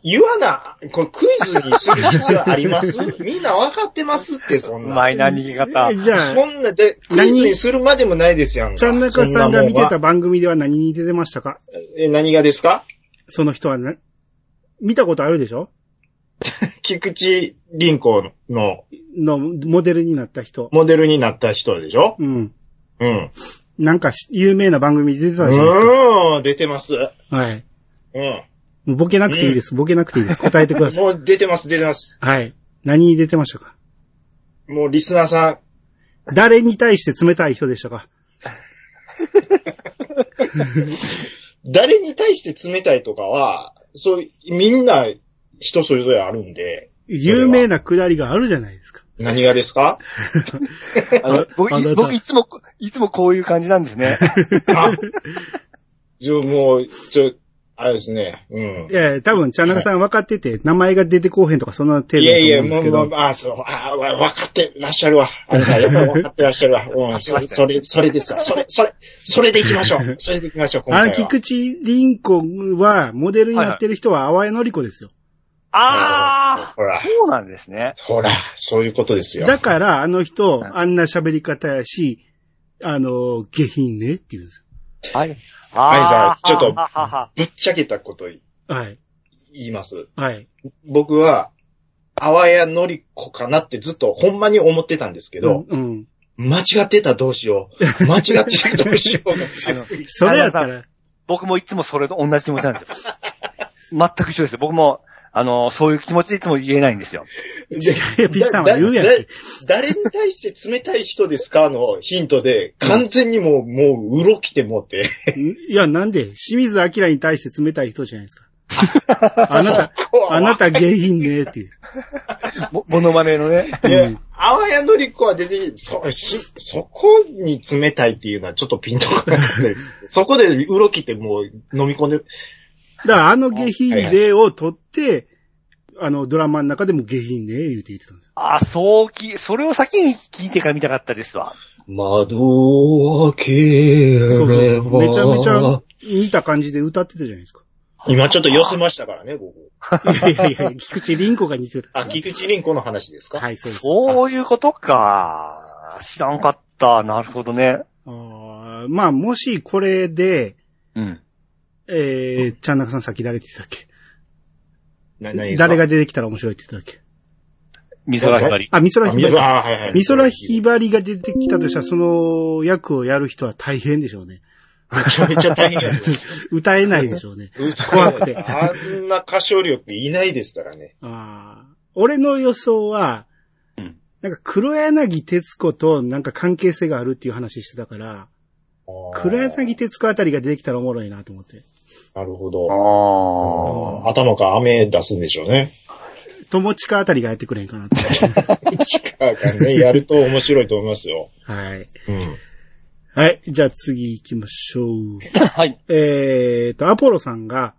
Speaker 3: 言わな、これクイズにする必要ありますみんな分かってますって、そ
Speaker 2: うん
Speaker 3: な。
Speaker 2: まいな逃げ方
Speaker 1: え。じゃ
Speaker 3: そ
Speaker 1: あ、
Speaker 3: んなで、クイズにするまでもないですやんか。
Speaker 1: ちゃんなかさんが見て
Speaker 3: そ
Speaker 1: た
Speaker 3: なもは。
Speaker 1: 番組では何に出てましたか
Speaker 3: え、何がですか
Speaker 1: その人はね、見たことあるでしょ
Speaker 3: 菊池凛子の
Speaker 1: の、モデルになった人。
Speaker 3: モデルになった人でしょ
Speaker 1: うん。
Speaker 3: うん。
Speaker 1: なんかし、有名な番組に出てたじゃないです
Speaker 3: うん、出てます。
Speaker 1: か。はい。
Speaker 3: うん。
Speaker 1: もうボケなくていいです。ボケなくていいです。答えてくだ さい。
Speaker 3: もう出てます、出てます。
Speaker 1: はい。何に出てましたか
Speaker 3: もうリスナーさん、
Speaker 1: 誰に対して冷たい人でしたか
Speaker 3: 誰に対して冷たいとかは、そう、みんな人それぞれあるんで、
Speaker 1: 有名なくだりがあるじゃないですか。
Speaker 3: 何がですか
Speaker 2: あの僕
Speaker 1: あなた
Speaker 2: い、僕いつも、いつもこういう感じなんですね。
Speaker 3: あじゃあもう、ちょ、あれですね、うん
Speaker 1: い。やいや、多分、ちゃんなかさん分かってて、名前が出てこうへんとか、そんな程
Speaker 3: い
Speaker 1: 度だ
Speaker 3: や
Speaker 1: と
Speaker 3: い
Speaker 1: 思う
Speaker 3: や、
Speaker 1: んです
Speaker 3: もう、
Speaker 1: け
Speaker 3: も
Speaker 1: ど
Speaker 3: う、。あ、そう、あ、わわかってらっしゃるわ。あなた、やっぱり分かってらっしゃるわ。うん、それ、それ、それですわ。それ、それ、それで行きましょう。それで行きましょう、今
Speaker 1: あ
Speaker 3: 回
Speaker 1: の、
Speaker 3: は。
Speaker 1: 菊池凛子は、モデルになってる人は、淡江のり子ですよ。
Speaker 2: あ
Speaker 3: ほら
Speaker 2: あそうなんですね。
Speaker 3: ほら、そういうことですよ。
Speaker 1: だから、あの人、
Speaker 2: はい
Speaker 1: あんな喋り方やし、あの、下品ねって言うんです
Speaker 2: はい。
Speaker 3: はい
Speaker 2: あ
Speaker 3: さあちょっと
Speaker 2: ははは
Speaker 3: ぶっちゃけたこと言
Speaker 1: よ。はい。
Speaker 3: います。
Speaker 1: はい。
Speaker 3: 僕は、あわやのりこかなってずっとほんまに思ってたんですけど、
Speaker 1: うんうん。
Speaker 3: 間違ってたらどうしよう。間違ってたらどうしようが強 すぎて。
Speaker 1: それやったら、
Speaker 2: 僕もいつもそれと同じ気持ちなんですよ。 全く一緒ですよ。僕も、あの、そういう気持ちでいつも言えないんですよ。
Speaker 1: いやピッチさんは言うやんけ
Speaker 3: だだ誰に対して冷たい人ですかのヒントで、完全にもう、もう、うろきてもって。
Speaker 1: いや、なんで清水明に対して冷たい人じゃない ですか。あなた、 あなた下品ねっていう。
Speaker 2: も、ものまねのね。
Speaker 3: いうや
Speaker 1: ん、
Speaker 3: あわやのりこは出てきて、そ、し、そこに冷たいっていうのはちょっとピンとこなくて、そこでうろきてもう飲み込んで、
Speaker 1: だからあの下品例を取って、あのドラマの中でも下品ね言うて言ってたんです
Speaker 2: あ、そうき、それを先に聞いてから見たかったですわ。
Speaker 4: 窓を開け
Speaker 1: よ。そう
Speaker 4: れ
Speaker 1: そう
Speaker 4: ば。
Speaker 1: めちゃめちゃ似た感じで歌ってたじゃないですか。
Speaker 3: 今ちょっと寄せましたからね、僕。
Speaker 1: いやいやいや、菊池凛子が似てた。
Speaker 3: あ、菊池凛子の話ですか
Speaker 1: はい、そうです。
Speaker 2: そういうことか。知らんかった。なるほどね。
Speaker 1: あーまあ、もしこれで、
Speaker 2: うん。
Speaker 1: えー、ちゃんなかさんさっき誰って言ってたっ
Speaker 3: な
Speaker 1: け
Speaker 3: 何
Speaker 1: 誰が出てきたら面白いって言ってたっけ
Speaker 2: 美空ひばり。
Speaker 1: あ、美空ひばり。
Speaker 3: あ、はいはい。
Speaker 1: 美空ひばりが出てきたとしたら、その役をやる人は大変でしょうね。
Speaker 3: めちゃめちゃ大変やつ。
Speaker 1: 歌えないでしょうね。 怖くて
Speaker 3: あんな歌唱力いないですからね。
Speaker 1: あー俺の予想は
Speaker 2: うん、
Speaker 1: なんか黒柳徹子となんか関係性があるっていう話してたから、黒柳徹子あたりが出てきたらおもろいなと思って。
Speaker 3: なるほ
Speaker 2: あ
Speaker 3: ど。
Speaker 1: ー
Speaker 2: あ。
Speaker 3: 頭から雨出すんでしょう ね。
Speaker 1: 友近あたりがやってくれんかなって。
Speaker 3: 力がね、やると面白いと思いますよ。
Speaker 1: はい。
Speaker 3: うん。
Speaker 1: はい。じゃあ次行きましょう。
Speaker 2: はい。
Speaker 1: えーと、アポロさんが、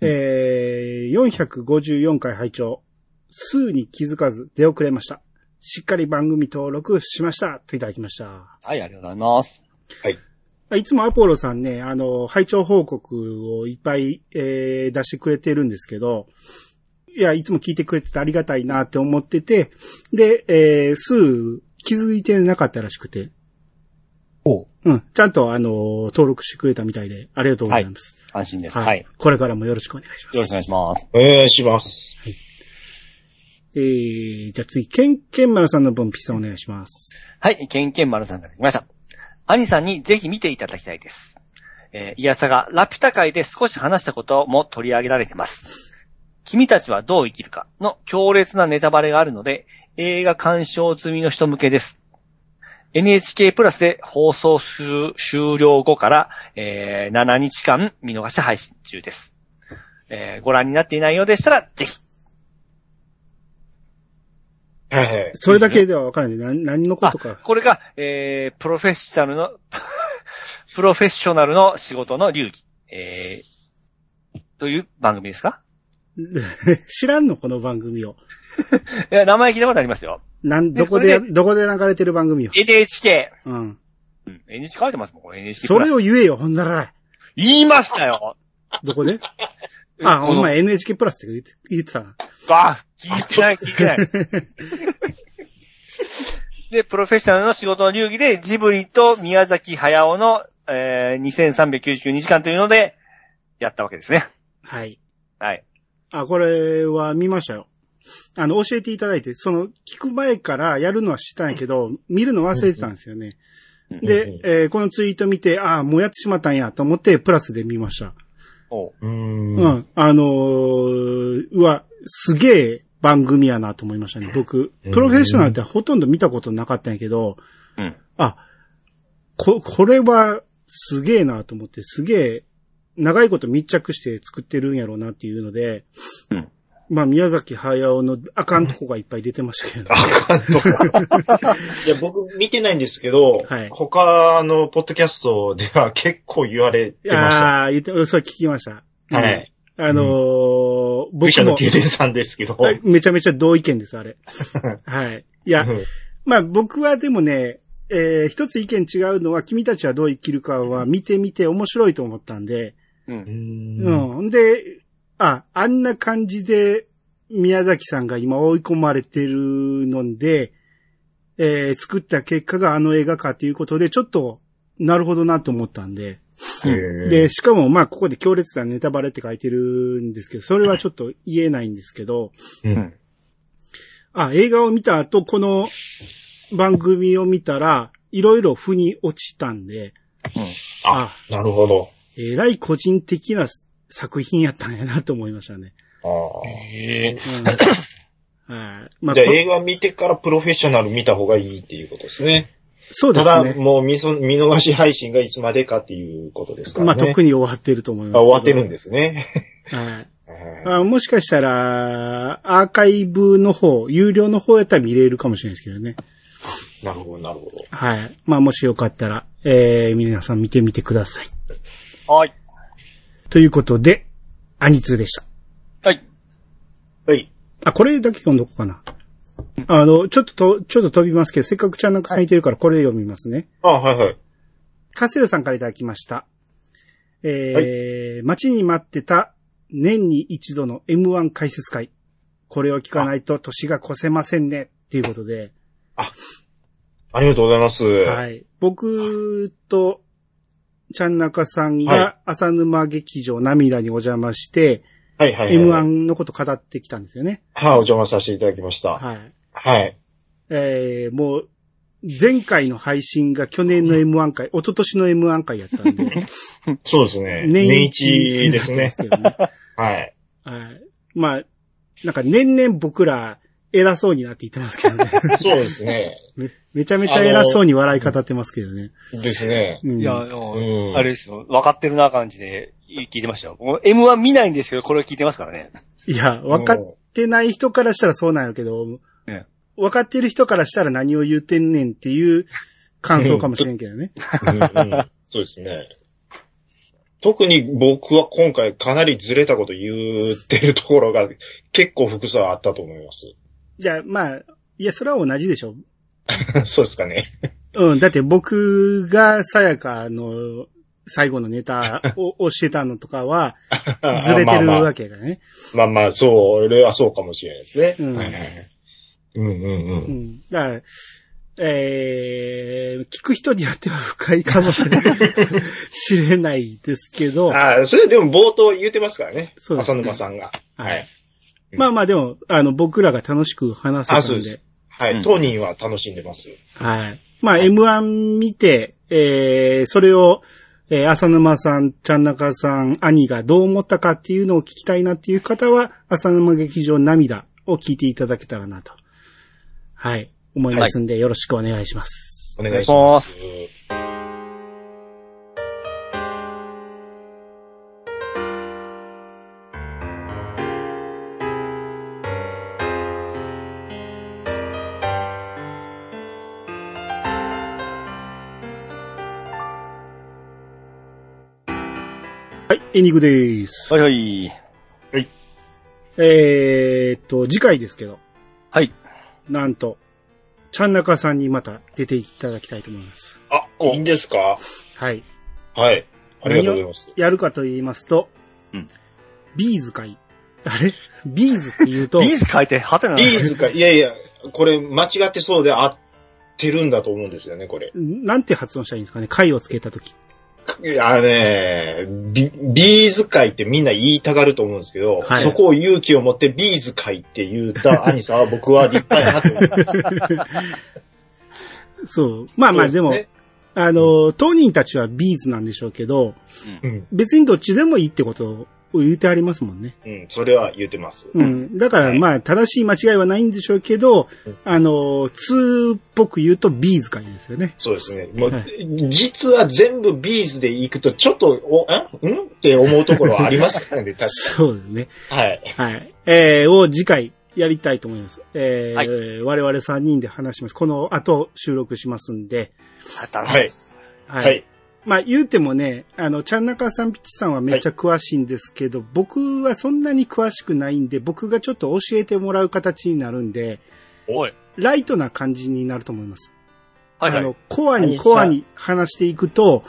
Speaker 1: えー、454回拝聴数に気づかず出遅れました。しっかり番組登録しました。といただきました。
Speaker 2: はい、ありがとうございます。
Speaker 1: いつもアポロさんね、あの、拝聴報告をいっぱい、えー、出してくれてるんですけど、いや、いつも聞いてくれててありがたいなって思ってて、で、えー、数気づいてなかったらしくて、
Speaker 2: お
Speaker 1: うん、ちゃんとあの、登録してくれたみたいで、ありがとうございます。
Speaker 2: 安心です。はい。よ
Speaker 1: これからもよろしくお願いします。
Speaker 2: ろしくお願いします。
Speaker 3: お願いします。
Speaker 1: えー、じゃあ次、ケンケンマルさんの分、ピッさんお願いします。
Speaker 2: はい、ケンケン丸さんから来ました。兄さんにぜひ見ていただきたいです。えー、イヤサがラピュタ界で少し話したことも取り上げられてます。君たちはどう生きるかの強烈なネタバレがあるので、映画鑑賞済みの人向けです。NHK プラスで放送する終了後から、えー7日間見逃し配信中です。えーご覧になっていないようでしたら、ぜひ。
Speaker 3: はいはい。
Speaker 1: それだけではわからない。な何のこと
Speaker 2: あ
Speaker 1: か。
Speaker 2: これが、えー、プロフェッショナルの、 プロフェッショナルの仕事の流儀、えー、という番組ですか
Speaker 1: 知らんのこの番組を。
Speaker 2: いや、名前聞いたことありますよ。
Speaker 1: なん、
Speaker 2: で
Speaker 1: どこで、
Speaker 2: それ
Speaker 1: どこで流れてる番組を。
Speaker 2: NHK。
Speaker 1: うん。
Speaker 2: うん、NHK 書いてますもん、これ NHK プ
Speaker 1: そ
Speaker 2: ラス。
Speaker 1: れを言えよ、ほんなら。
Speaker 2: 言いましたよ
Speaker 1: どこであ、
Speaker 2: こ
Speaker 1: ほん
Speaker 2: の
Speaker 1: ま NHK プラスって言って言ってたな。
Speaker 2: あ、聞いてない、聞いてない。 で、プロフェッショナルの仕事の流儀で、ジブリと宮崎駿の、えー、2399時間というので、やったわけですね。
Speaker 1: はい。
Speaker 2: はい。
Speaker 1: あ、これは見ましたよ。あの、教えていただいて、その、聞く前からやるのは知ったんやけど、見るの忘れてたんですよね。
Speaker 2: うん
Speaker 1: で、えーこのツイート見て、ああ、もうやってしまったんやと思って、プラスで見ました。
Speaker 2: おう
Speaker 3: う
Speaker 1: うん。
Speaker 3: ん。
Speaker 1: あのーうわ、すげえ番組やなと思いましたね、僕。
Speaker 3: うん
Speaker 1: プロフェッショナルってほとんど見たことなかったんやけど、
Speaker 2: うん。
Speaker 1: あ、こ、これはすげえなと思って、すげえ長いこと密着して作ってるんやろうなっていうので、
Speaker 2: うん
Speaker 1: まあ宮崎駿のあかんとこがいっぱい出てましたけど、
Speaker 3: いや、僕見てないんですけど、
Speaker 1: はい
Speaker 3: 他のポッドキャストでは結構言われてました。
Speaker 1: ああ、言って、それ聞きました。
Speaker 3: は
Speaker 1: うん
Speaker 3: い。
Speaker 1: あのー
Speaker 3: 愚
Speaker 1: 僕
Speaker 3: 者
Speaker 1: も
Speaker 3: の宮殿さんですけど。
Speaker 1: はいめちゃめちゃ同意見です、あ れ。はい。いや、
Speaker 3: うん
Speaker 1: まあ僕はでもね、えー一つ意見違うのは、君たちはどう生きるかは見てみて面白いと思ったんで、
Speaker 2: うん。
Speaker 1: うん。んで、あ、あんな感じで、宮崎さんが今追い込まれてるので、えー作った結果があの映画かということで、ちょっと、なるほどなと思ったんで。で、、しかもまあ、ここで強烈なネタバレって書いてるんですけど、それはちょっと言えないんですけど、
Speaker 3: うん
Speaker 1: あ、映画を見た後、この番組を見たら、いろいろ腑に落ちたんで、
Speaker 3: あ、なるほど。
Speaker 1: えらい個人的な作品やったんやなと思いましたね。
Speaker 3: あ
Speaker 2: ええ
Speaker 1: うんはい。ま
Speaker 3: あ
Speaker 1: あ、
Speaker 3: じゃあ
Speaker 1: こ
Speaker 3: 映画見てからプロフェッショナル見た方がいいっていうことですね。
Speaker 1: そうで
Speaker 3: た
Speaker 1: す
Speaker 3: だ、
Speaker 1: ね。
Speaker 3: もう見そ見逃し配信がいつまでかっていうことですからね。
Speaker 1: まあ、特に終わってると思いますけ
Speaker 3: あ
Speaker 1: ど。
Speaker 3: 終わってるんですね。
Speaker 1: はい。
Speaker 3: は
Speaker 1: あもしかしたら、アーカイブの方、有料の方やったら見れるかもしれないですけどね。
Speaker 3: いなるほど、なるほど。
Speaker 1: はい。まあ、もしよかったら、えー、皆さん見てみてください。
Speaker 2: はい。
Speaker 1: ということで、アニツーでした。
Speaker 2: はい。
Speaker 3: はい。
Speaker 1: あ、これだけ読んどこうかな。あの、ちょっとと、ちょっと飛びますけど、せっかくちゃんなんかさんいてるから、これ読みますね。
Speaker 3: あはいはい。
Speaker 1: カセルさんからいただきました。えー待ちに待ってた年に一度の M1 解説会。これを聞かないと年が越せませんね。っていうことで。
Speaker 3: ありがとうございます。
Speaker 1: はい。僕と、ちゃんなかさん
Speaker 3: は
Speaker 1: が浅沼劇場涙にお邪魔して、
Speaker 3: はいはいはい。
Speaker 1: M1 のこと語ってきたんですよね。
Speaker 3: はい、お邪魔させていただきました。
Speaker 1: はい。
Speaker 3: はい。
Speaker 1: えー、もう、前回の配信が去年の M1 回、一昨年の M1 回やったんで、
Speaker 3: そうですね。年一ですね。
Speaker 1: 年一になってますけどね。
Speaker 3: はい。
Speaker 1: はい。まあ、なんか年々僕ら偉そうになっていってますけどね。
Speaker 3: そうですね。
Speaker 1: めめちゃめちゃ偉そうに笑い語ってますけどね。
Speaker 3: ですね。
Speaker 1: うん
Speaker 2: いや、あ
Speaker 3: う
Speaker 2: の
Speaker 3: ん。
Speaker 2: あれですよ。分かってるな感じで聞いてましたよ。もう M1 見ないんですけど、これを聞いてますからね。
Speaker 1: いや、分かってない人からしたらそうなんやけど、
Speaker 2: ね
Speaker 1: 分かってる人からしたら何を言うてんねんっていう感想かもしれんけどね。
Speaker 3: うんうんそうですね。特に僕は今回かなりずれたこと言ってるところが結構複数あったと思います。
Speaker 1: じゃあ、まあ、いや、それは同じでしょ。
Speaker 3: そうですかね。
Speaker 1: うん、だって僕がさやかの最後のネ タををしてたのとかは、 ずれてるわ
Speaker 3: け。
Speaker 1: けだね。
Speaker 3: まあまあ、まあまあそう、俺はそうかもしれないですね。
Speaker 1: うん
Speaker 3: はいはいはいうんうんう。
Speaker 1: うんん。だから、えー、聞く人によっては不快かもしれ ない知れないですけど、
Speaker 3: ああ、それでも冒頭言ってますからね。
Speaker 1: そうです
Speaker 3: 浅沼さんが。
Speaker 1: は
Speaker 3: はいい。
Speaker 1: まあまあでも、あの、僕らが楽しく話せた
Speaker 3: あ、そ
Speaker 1: ん
Speaker 3: う
Speaker 1: で、
Speaker 3: です。はい。
Speaker 2: うん
Speaker 3: 当人は楽しんでます。
Speaker 1: はい。まあ M1 見て、えー、それを、えー、浅沼さん、ちゃんなかさん、兄がどう思ったかっていうのを聞きたいなっていう方は、浅沼劇場涙を聞いていただけたらなと。はい。思いますんで、よろしくお願いします。
Speaker 3: お願いします。
Speaker 1: はい、エンディングです。
Speaker 2: はいはい。
Speaker 1: えーっと、次回ですけど、
Speaker 2: はい。
Speaker 1: なんと、ちゃんなかさんにまた出ていただきたいと思います。
Speaker 3: あ、いいんですか
Speaker 1: はい。
Speaker 3: はい。ありがとうございます。
Speaker 1: やるかと言いますと、
Speaker 2: うん
Speaker 1: ビーズかい。あれビーズって言うと、
Speaker 2: ビーズ書いて、ハテナなの
Speaker 3: ビーズか、いやいや、これ間違ってそうで合ってるんだと思うんですよね、これ。
Speaker 1: なんて発音したらいいんですかね貝をつけたとき。
Speaker 3: いやね、ビビーズ会ってみんな言いたがると思うんですけど、
Speaker 1: はい
Speaker 3: そこを勇気を持ってビーズ会って言った兄さんは僕は立派やなと思い ます。
Speaker 1: そう。まあまあ、でも、
Speaker 3: そうすね
Speaker 1: あの、当人たちはビーズなんでしょうけど、
Speaker 3: うん、
Speaker 1: 別にどっちでもいいってことを言ってありますもんね。
Speaker 3: うん、それは言ってます。
Speaker 1: うん。だから、
Speaker 3: はい
Speaker 1: まあ、正しい間違いはないんでしょうけど
Speaker 3: うん、
Speaker 1: あの、通っぽく言うとビーズかいですよね。
Speaker 3: そうですね。もう、
Speaker 1: は
Speaker 3: 実は全部ビーズで行くと、ちょっと、お、んんって思うところはありますからね、確
Speaker 1: そうですね。
Speaker 3: かはい。
Speaker 1: はい。えー、を次回やりたいと思います。えー
Speaker 2: はい
Speaker 1: 我々3人で話します。この後収録しますんで。
Speaker 2: はい。
Speaker 1: は
Speaker 3: はい。
Speaker 1: まあ言うてもね、あの、ちゃんなかさんぴきさんはめっちゃ詳しいんですけど、僕はそんなに詳しくないんで、僕がちょっと教えてもらう形になるんで、
Speaker 2: おい。
Speaker 1: ライトな感じになると思います。
Speaker 2: はいは
Speaker 1: あ
Speaker 2: い。
Speaker 1: の、コアにコアに話していくと、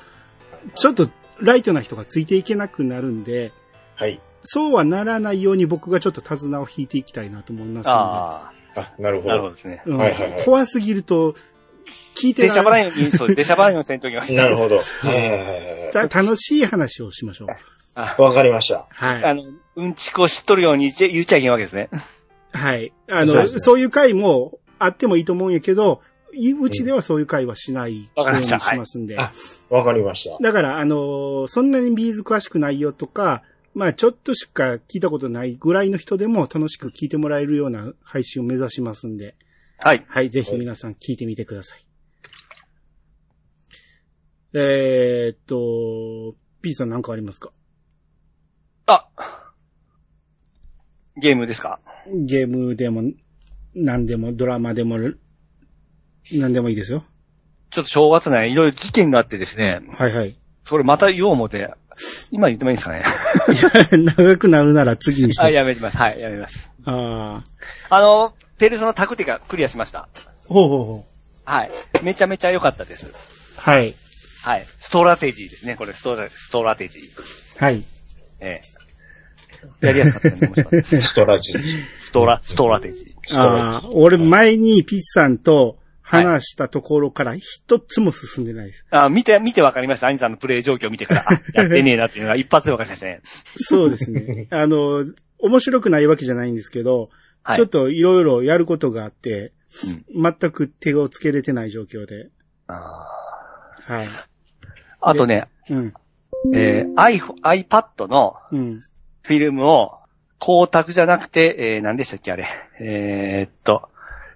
Speaker 1: ちょっとライトな人がついていけなくなるんで、
Speaker 3: はい。
Speaker 1: そうはならないように僕がちょっと手綱を引いていきたいなと思いますの
Speaker 2: あ
Speaker 3: あ、なる
Speaker 2: あ、
Speaker 3: ほ
Speaker 2: なるほ
Speaker 3: ど。
Speaker 2: どですね。
Speaker 1: で、うん
Speaker 3: はいはいはい
Speaker 1: 怖すぎると、聞いて
Speaker 2: 電車
Speaker 1: られない
Speaker 2: 払いのに、そう、電車払いのせんときは。
Speaker 3: なるほど。はいはいはいはい
Speaker 1: た 楽しい話をしましょう。
Speaker 3: わかりました。
Speaker 1: はい。
Speaker 2: あの、うんちこ知っとるように言っちゃ言っちゃいけんわけですね。
Speaker 1: はい。あ
Speaker 3: そう
Speaker 1: の、
Speaker 3: ですね
Speaker 1: そういう回もあってもいいと思うんやけど、いうちではそういう回はしない
Speaker 2: わかりました
Speaker 1: ようにしますんで。
Speaker 3: はいわかりました。
Speaker 1: だから、あのーそんなにビーズ詳しくないよとか、まあちょっとしか聞いたことないぐらいの人でも楽しく聞いてもらえるような配信を目指しますんで、
Speaker 2: はい。
Speaker 1: はい、ぜひ皆さん聞いてみてください。えー、っと、P さん何かありますか
Speaker 2: あ、ゲームですか
Speaker 1: ゲームでも、何でも、ドラマでも、何でもいいですよ。
Speaker 2: ちょっと正月ね、いろいろ事件があってですね、
Speaker 1: はいはい。
Speaker 2: それまた言おう思て、今言ってもいいです かね。
Speaker 1: 長くなるなら次にし
Speaker 2: あ、
Speaker 1: て。
Speaker 2: やめてます。はい、やめます。
Speaker 1: ああ。
Speaker 2: あの、ペルソナタクティカクリアしました。
Speaker 1: ほうほうほう。
Speaker 2: はい。めちゃめちゃ良かったです。
Speaker 1: はい。
Speaker 2: はい。ストラテジーですね。これ、ストラ、ストラテジー。
Speaker 1: はい。
Speaker 2: ええ。やりやすかったんで面白かった です。
Speaker 3: ストラジー。
Speaker 2: ストラ、ストラテジー。
Speaker 3: ストラ
Speaker 1: ああ、俺前にピッチさんと話したところから一つも進んでないです。
Speaker 2: あ、見て、見て分かりました。兄さんのプレイ状況を見て から、あやってねえなっていうのが一発で分かりましたね。
Speaker 1: そうですね。 あの、面白くないわけじゃないんですけど、
Speaker 2: はい
Speaker 1: ちょっといろいろやることがあって、
Speaker 2: うん
Speaker 1: 全く手をつけれてない状況で。はい。
Speaker 2: あとね、
Speaker 1: うん。
Speaker 2: えー、i、iPad の
Speaker 1: うん。
Speaker 2: フィルムを、光沢じゃなくて、えー、何でしたっけあれ。えー、っと、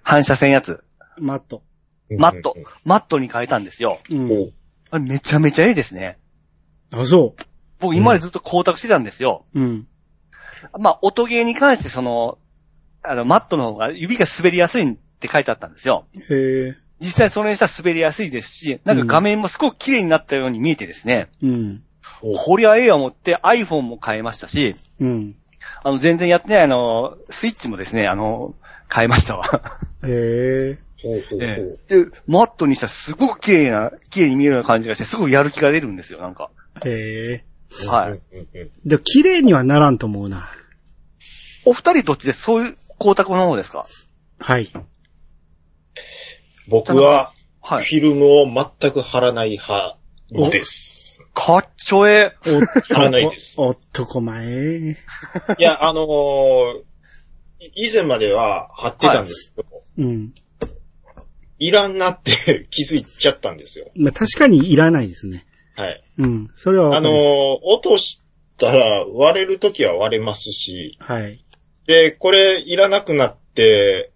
Speaker 2: 反射線やつ。
Speaker 1: マット。
Speaker 3: ジー
Speaker 2: マット。マットに変えたんですよ。
Speaker 1: うん。
Speaker 2: あれめちゃめちゃいいですね。
Speaker 1: あ、そ
Speaker 2: 僕今までずっと光沢してたんですよ。
Speaker 1: う。うん。
Speaker 2: まあ、音ゲーに関してその、あの、マットの方が指が滑りやすいって書いてあったんですよ。
Speaker 1: へえ。
Speaker 2: 実際それにしたら滑りやすいですし、なんか画面もすごく綺麗になったように見えてですね、
Speaker 1: うん。
Speaker 3: うん
Speaker 2: こりゃええや思って iPhone も変えましたし、
Speaker 1: うん。
Speaker 2: あの、全然やってないあの、スイッチもですね、あの、変えましたわ。
Speaker 1: へえ。
Speaker 3: ほうほうほ
Speaker 2: え
Speaker 3: う
Speaker 2: で、マットにしたらすごく綺麗な、綺麗に見えるような感じがして、すごくやる気が出るんですよ、なんか。
Speaker 1: へえ。
Speaker 2: はい。
Speaker 3: うんうんうん
Speaker 1: で、綺麗にはならんと思うな。
Speaker 2: お二人どっちですそういう光沢の方ですか
Speaker 1: はい。
Speaker 3: 僕は、
Speaker 2: は
Speaker 3: フ
Speaker 2: い。
Speaker 3: ィルムを全く貼らない派です。
Speaker 2: かっちょええ。
Speaker 1: おっと
Speaker 3: 貼らないです
Speaker 1: おっとこまえ。
Speaker 3: いや、あのーい以前までは貼ってたんですけど、
Speaker 1: うん。
Speaker 3: い、らんなって気づいちゃったんですよ。
Speaker 1: まあ、確かにいらないですね。
Speaker 3: はい。
Speaker 1: うん。それはわ
Speaker 3: あ
Speaker 1: か
Speaker 3: のー
Speaker 1: ります。
Speaker 3: 落としたら割れるときは割れますし、
Speaker 1: はい。
Speaker 3: で、これいらなくなって、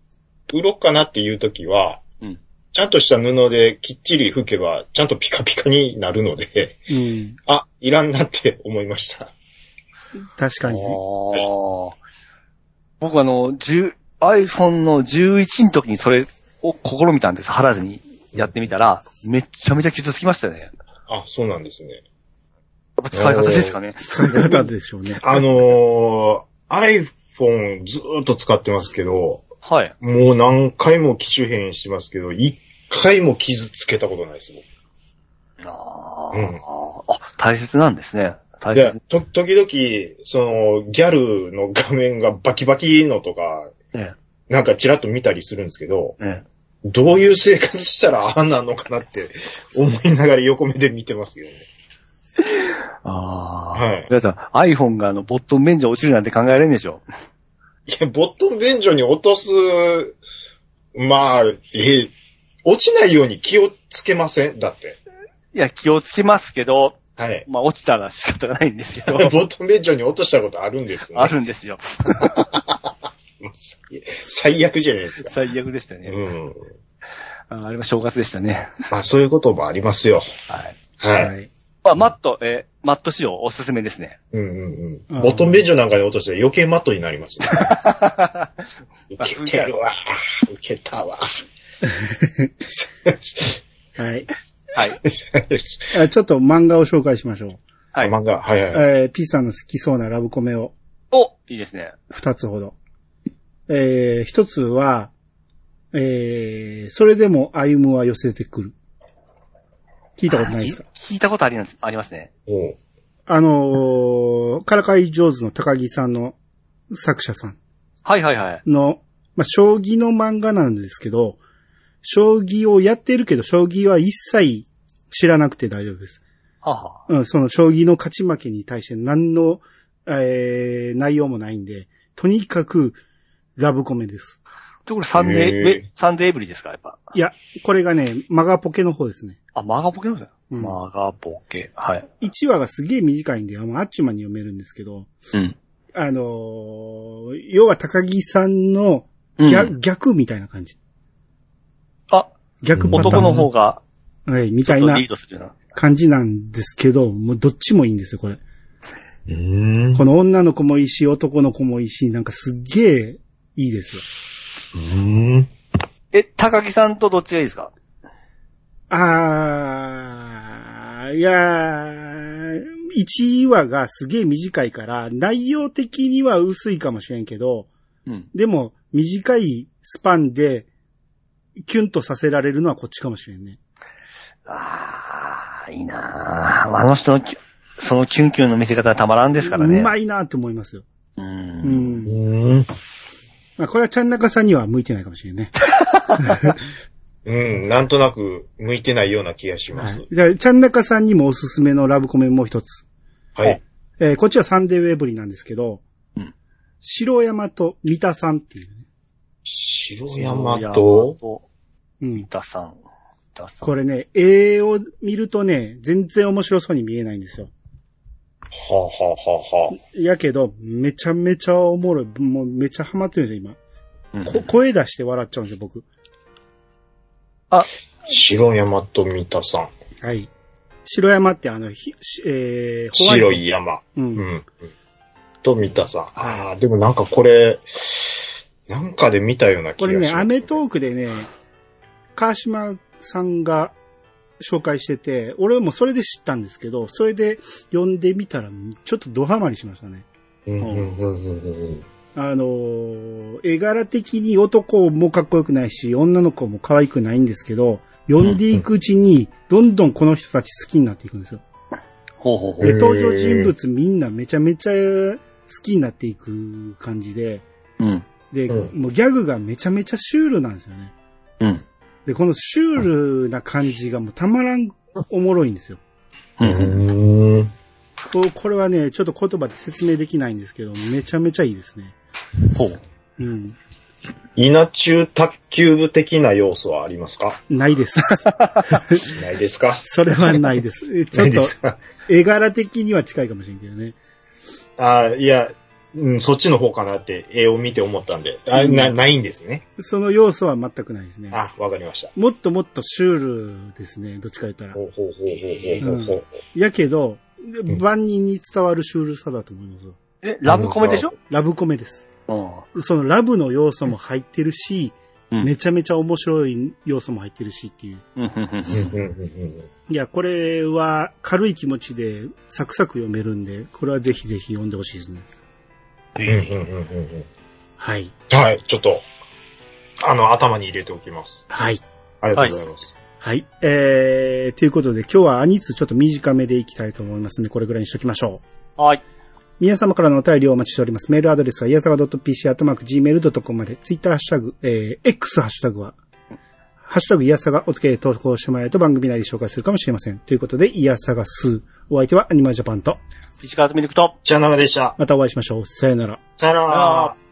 Speaker 3: 売ろうかなっていうときは、
Speaker 2: うん
Speaker 3: ちゃんとした布できっちり拭けば、ちゃんとピカピカになるので、
Speaker 1: うん。
Speaker 3: あ、いらんなって思いました。
Speaker 1: 確かに。
Speaker 2: ああ。僕あの、10 iPhone の11の時にそれを試みたんです。貼らずにやってみたら、めっちゃめちゃ傷つきましたよね。やっ
Speaker 3: あ、そうなんですね。
Speaker 2: ぱ使い方ですかね。
Speaker 1: 使い方でしょうね。
Speaker 3: あのー、iPhone ずーっと使ってますけど、
Speaker 2: はい。
Speaker 3: もう何回も機種変してますけど、一回も傷つけたことないです、僕
Speaker 2: あー、
Speaker 3: うん
Speaker 2: あ、大切なんですね。大
Speaker 3: で
Speaker 2: 切、
Speaker 3: と、時々、その、ギャルの画面がバキバキのとか、
Speaker 2: ね。
Speaker 3: なんかチラッと見たりするんですけど、
Speaker 2: ね。
Speaker 3: どういう生活したらああなのかなって思いながら横目で見てますけどね。
Speaker 2: ああ。
Speaker 3: はい
Speaker 2: だから iPhone があの、ボット免除落ちるなんて考えられんでしょ。
Speaker 3: いや、ボット便所に落とす、まあ、え、落ちないように気をつけませんだって。
Speaker 2: いや、気をつけますけど、
Speaker 3: はい。
Speaker 2: まあ、落ちたら仕方がないんですけ
Speaker 3: ボ
Speaker 2: ど、
Speaker 3: ット便所に落としたことあるんですね。
Speaker 2: あるんですよ。
Speaker 3: もう最最悪じゃないですか。
Speaker 2: 最悪でしたね。
Speaker 3: うん。
Speaker 2: ああれは正月でしたね。
Speaker 3: まあ、そういうこともありますよ。
Speaker 2: はい。
Speaker 3: はい。
Speaker 1: い。
Speaker 2: まあ、マット、えーマット仕様おすすめですね。
Speaker 3: うんうんう
Speaker 1: あー
Speaker 3: ん。ボット便所なんかに落として余計マットになりますよ。受けてるわ。受けたわ。
Speaker 1: はい。
Speaker 2: はい。
Speaker 1: あちょっと漫画を紹介しましょう。
Speaker 2: はい。
Speaker 3: 漫画、はいはいはい。
Speaker 1: えー、P さんの好きそうなラブコメを
Speaker 2: お、いいですね。
Speaker 1: 二つほど。えー、一つは、えー、それでも歩むは寄せてくる。聞いたことないですか
Speaker 2: あ聞聞いたことありますありますね。
Speaker 3: おう
Speaker 1: あのー、からかい上手の高木さんの作者さん
Speaker 2: はいはいはい。
Speaker 1: の、まあ、将棋の漫画なんですけど、将棋をやってるけど、将棋は一切知らなくて大丈夫です。
Speaker 2: はあは
Speaker 1: うん、その将棋の勝ち負けに対して何の、えー、内容もないんで、とにかくラブコメです。
Speaker 2: あ。で、これサンデー、
Speaker 3: へー
Speaker 2: えサンデーエブリですかやっぱ。
Speaker 1: いや、これがね、マガポケの方ですね。
Speaker 2: あ、マガボケなんだよ。
Speaker 1: うん
Speaker 2: マガボケ。はい。
Speaker 1: 1話がすげえ短いんで、あのあっちゅう間に読めるんですけど、
Speaker 2: うん。
Speaker 1: あのー要は高木さんの
Speaker 2: うん
Speaker 1: 逆,、逆みたいな感じ。
Speaker 2: あ、
Speaker 1: 逆パターン。
Speaker 2: 男の方が、
Speaker 1: はい、み
Speaker 2: ちょ
Speaker 1: た
Speaker 2: っ
Speaker 1: い
Speaker 2: と
Speaker 1: な
Speaker 2: リードするような。
Speaker 1: 感じなんですけど、もうどっちもいいんですよ、これ。
Speaker 3: うーん。
Speaker 1: この女の子もいいし、男の子もいいし、なんかすっげえいいですよ。
Speaker 3: うーん
Speaker 2: え、高木さんとどっちがいいですか
Speaker 1: あー、いやー、1話がすげえ短いから、内容的には薄いかもしれんけど、
Speaker 2: うん。
Speaker 1: でも、短いスパンで、キュンとさせられるのはこっちかもしれんね。
Speaker 2: ああ、いいなああの人のキュ、そのキュンキュンの見せ方はたまらんですからね。
Speaker 1: うまいなーって思いますよ。
Speaker 2: う。
Speaker 1: うん。
Speaker 3: うんーん。
Speaker 1: まあ、これはちゃん中さんには向いてないかもしれんね。
Speaker 3: うん、なんとなく向いてないような気がし
Speaker 1: は
Speaker 3: ます
Speaker 1: い。。じゃあ、ちゃん中さんにもおすすめのラブコメもう一つ。
Speaker 3: はい。
Speaker 1: えーこっちはサンデーウェブリなんですけど、
Speaker 2: うん
Speaker 1: 白山と三田さんっていうね。
Speaker 3: 白山と、
Speaker 1: うん
Speaker 2: 三。田さん。三田さん。
Speaker 1: これね、絵を見るとね、全然面白そうに見えないんですよ。
Speaker 3: はあ、はあはあは
Speaker 1: やけど、めちゃめちゃおもろい。もうめちゃハマってるんですよ、
Speaker 2: うん
Speaker 1: 今。こ声出して笑っちゃうんですよ、僕。
Speaker 3: あ、白山と三田さん。
Speaker 1: はい。白山ってあの、ひしえー、ホワイト
Speaker 3: 白。い山。
Speaker 1: う。
Speaker 3: うんん。と三田さん。ああ、でもなんかこれ、なんかで見たような気
Speaker 1: こ
Speaker 3: がし
Speaker 1: れ
Speaker 3: ます。
Speaker 1: ね、アメトークでね、川島さんが紹介してて、俺もそれで知ったんですけど、それで読んでみたら、ちょっとドハマりしましたね。
Speaker 3: うんうんうんうんうん
Speaker 1: あのー絵柄的に男もかっこよくないし、女の子も可愛くないんですけど、読んでいくうちに、どんどんこの人たち好きになっていくんですよ。
Speaker 2: ほうほうほう。
Speaker 1: で、
Speaker 3: へー
Speaker 1: 登場人物みんなめちゃめちゃ好きになっていく感じで、
Speaker 2: うん。
Speaker 1: で、
Speaker 3: う
Speaker 1: もうギャグがめちゃめちゃシュールなんですよね。
Speaker 2: うん。
Speaker 1: で、このシュールな感じがもうたまらんおもろいんですよ。
Speaker 2: う。
Speaker 3: うんん。うん
Speaker 1: ここれはね、ちょっと言葉で説明できないんですけど、めちゃめちゃいいですね。
Speaker 2: ほう。
Speaker 1: うん。
Speaker 3: 稲中卓球部的な要素はありますか
Speaker 1: ないです。
Speaker 3: ないですか
Speaker 1: それはないです。えち
Speaker 3: な
Speaker 1: ょっ
Speaker 3: いで
Speaker 1: と、
Speaker 3: すか
Speaker 1: 絵柄的には近いかもしれんけどね。
Speaker 3: ああ、いや、うん、そっちの方かなって絵を見て思ったんで。あ、な、ないんですね。
Speaker 1: その要素は全くないですね。
Speaker 3: あ、わかりました。
Speaker 1: もっともっとシュールですね、どっちか言ったら
Speaker 3: ほ。うほうほうほうほうほうほう。
Speaker 1: やけど、
Speaker 3: ん
Speaker 1: 万人に伝わるシュールさだと思いますよ。
Speaker 2: え、ラブコメでしょ
Speaker 1: ラブコメです。
Speaker 2: う
Speaker 1: そのラブの要素も入ってるし、
Speaker 2: うん
Speaker 1: めちゃめちゃ面白い要素も入ってるしっていう。
Speaker 2: ん。うん。うん。
Speaker 3: うんうんうん
Speaker 1: いや、これは軽い気持ちでサクサク読めるんで、これはぜひぜひ読んでほしいですね。
Speaker 3: うんうんうんうんうん
Speaker 1: はい。
Speaker 3: はい、ちょっと、あの、頭に入れておきます。
Speaker 1: はい。
Speaker 3: ありがとうございます。
Speaker 1: はい。えー、ということで今日はアニツちょっと短めでいきたいと思いますので、これぐらいにしときましょう。
Speaker 2: はい。
Speaker 1: 皆様からのお便りをお待ちしております。メールアドレスは、やさが .pc、アットマーク、gmail.com まで、ツイッターハッシュタグ、えー、X ハッシュタグは、ハッシュタグ、いやさがお付けで投稿してもらえると番組内で紹介するかもしれません。ということで、いやさがす。お相手はアニマルジャパンと、
Speaker 2: フィジカルトミルクと、
Speaker 3: じゃあ、長でした。
Speaker 1: またお会いしましょう。さよなら。
Speaker 3: さよな
Speaker 2: さよなら
Speaker 3: ら。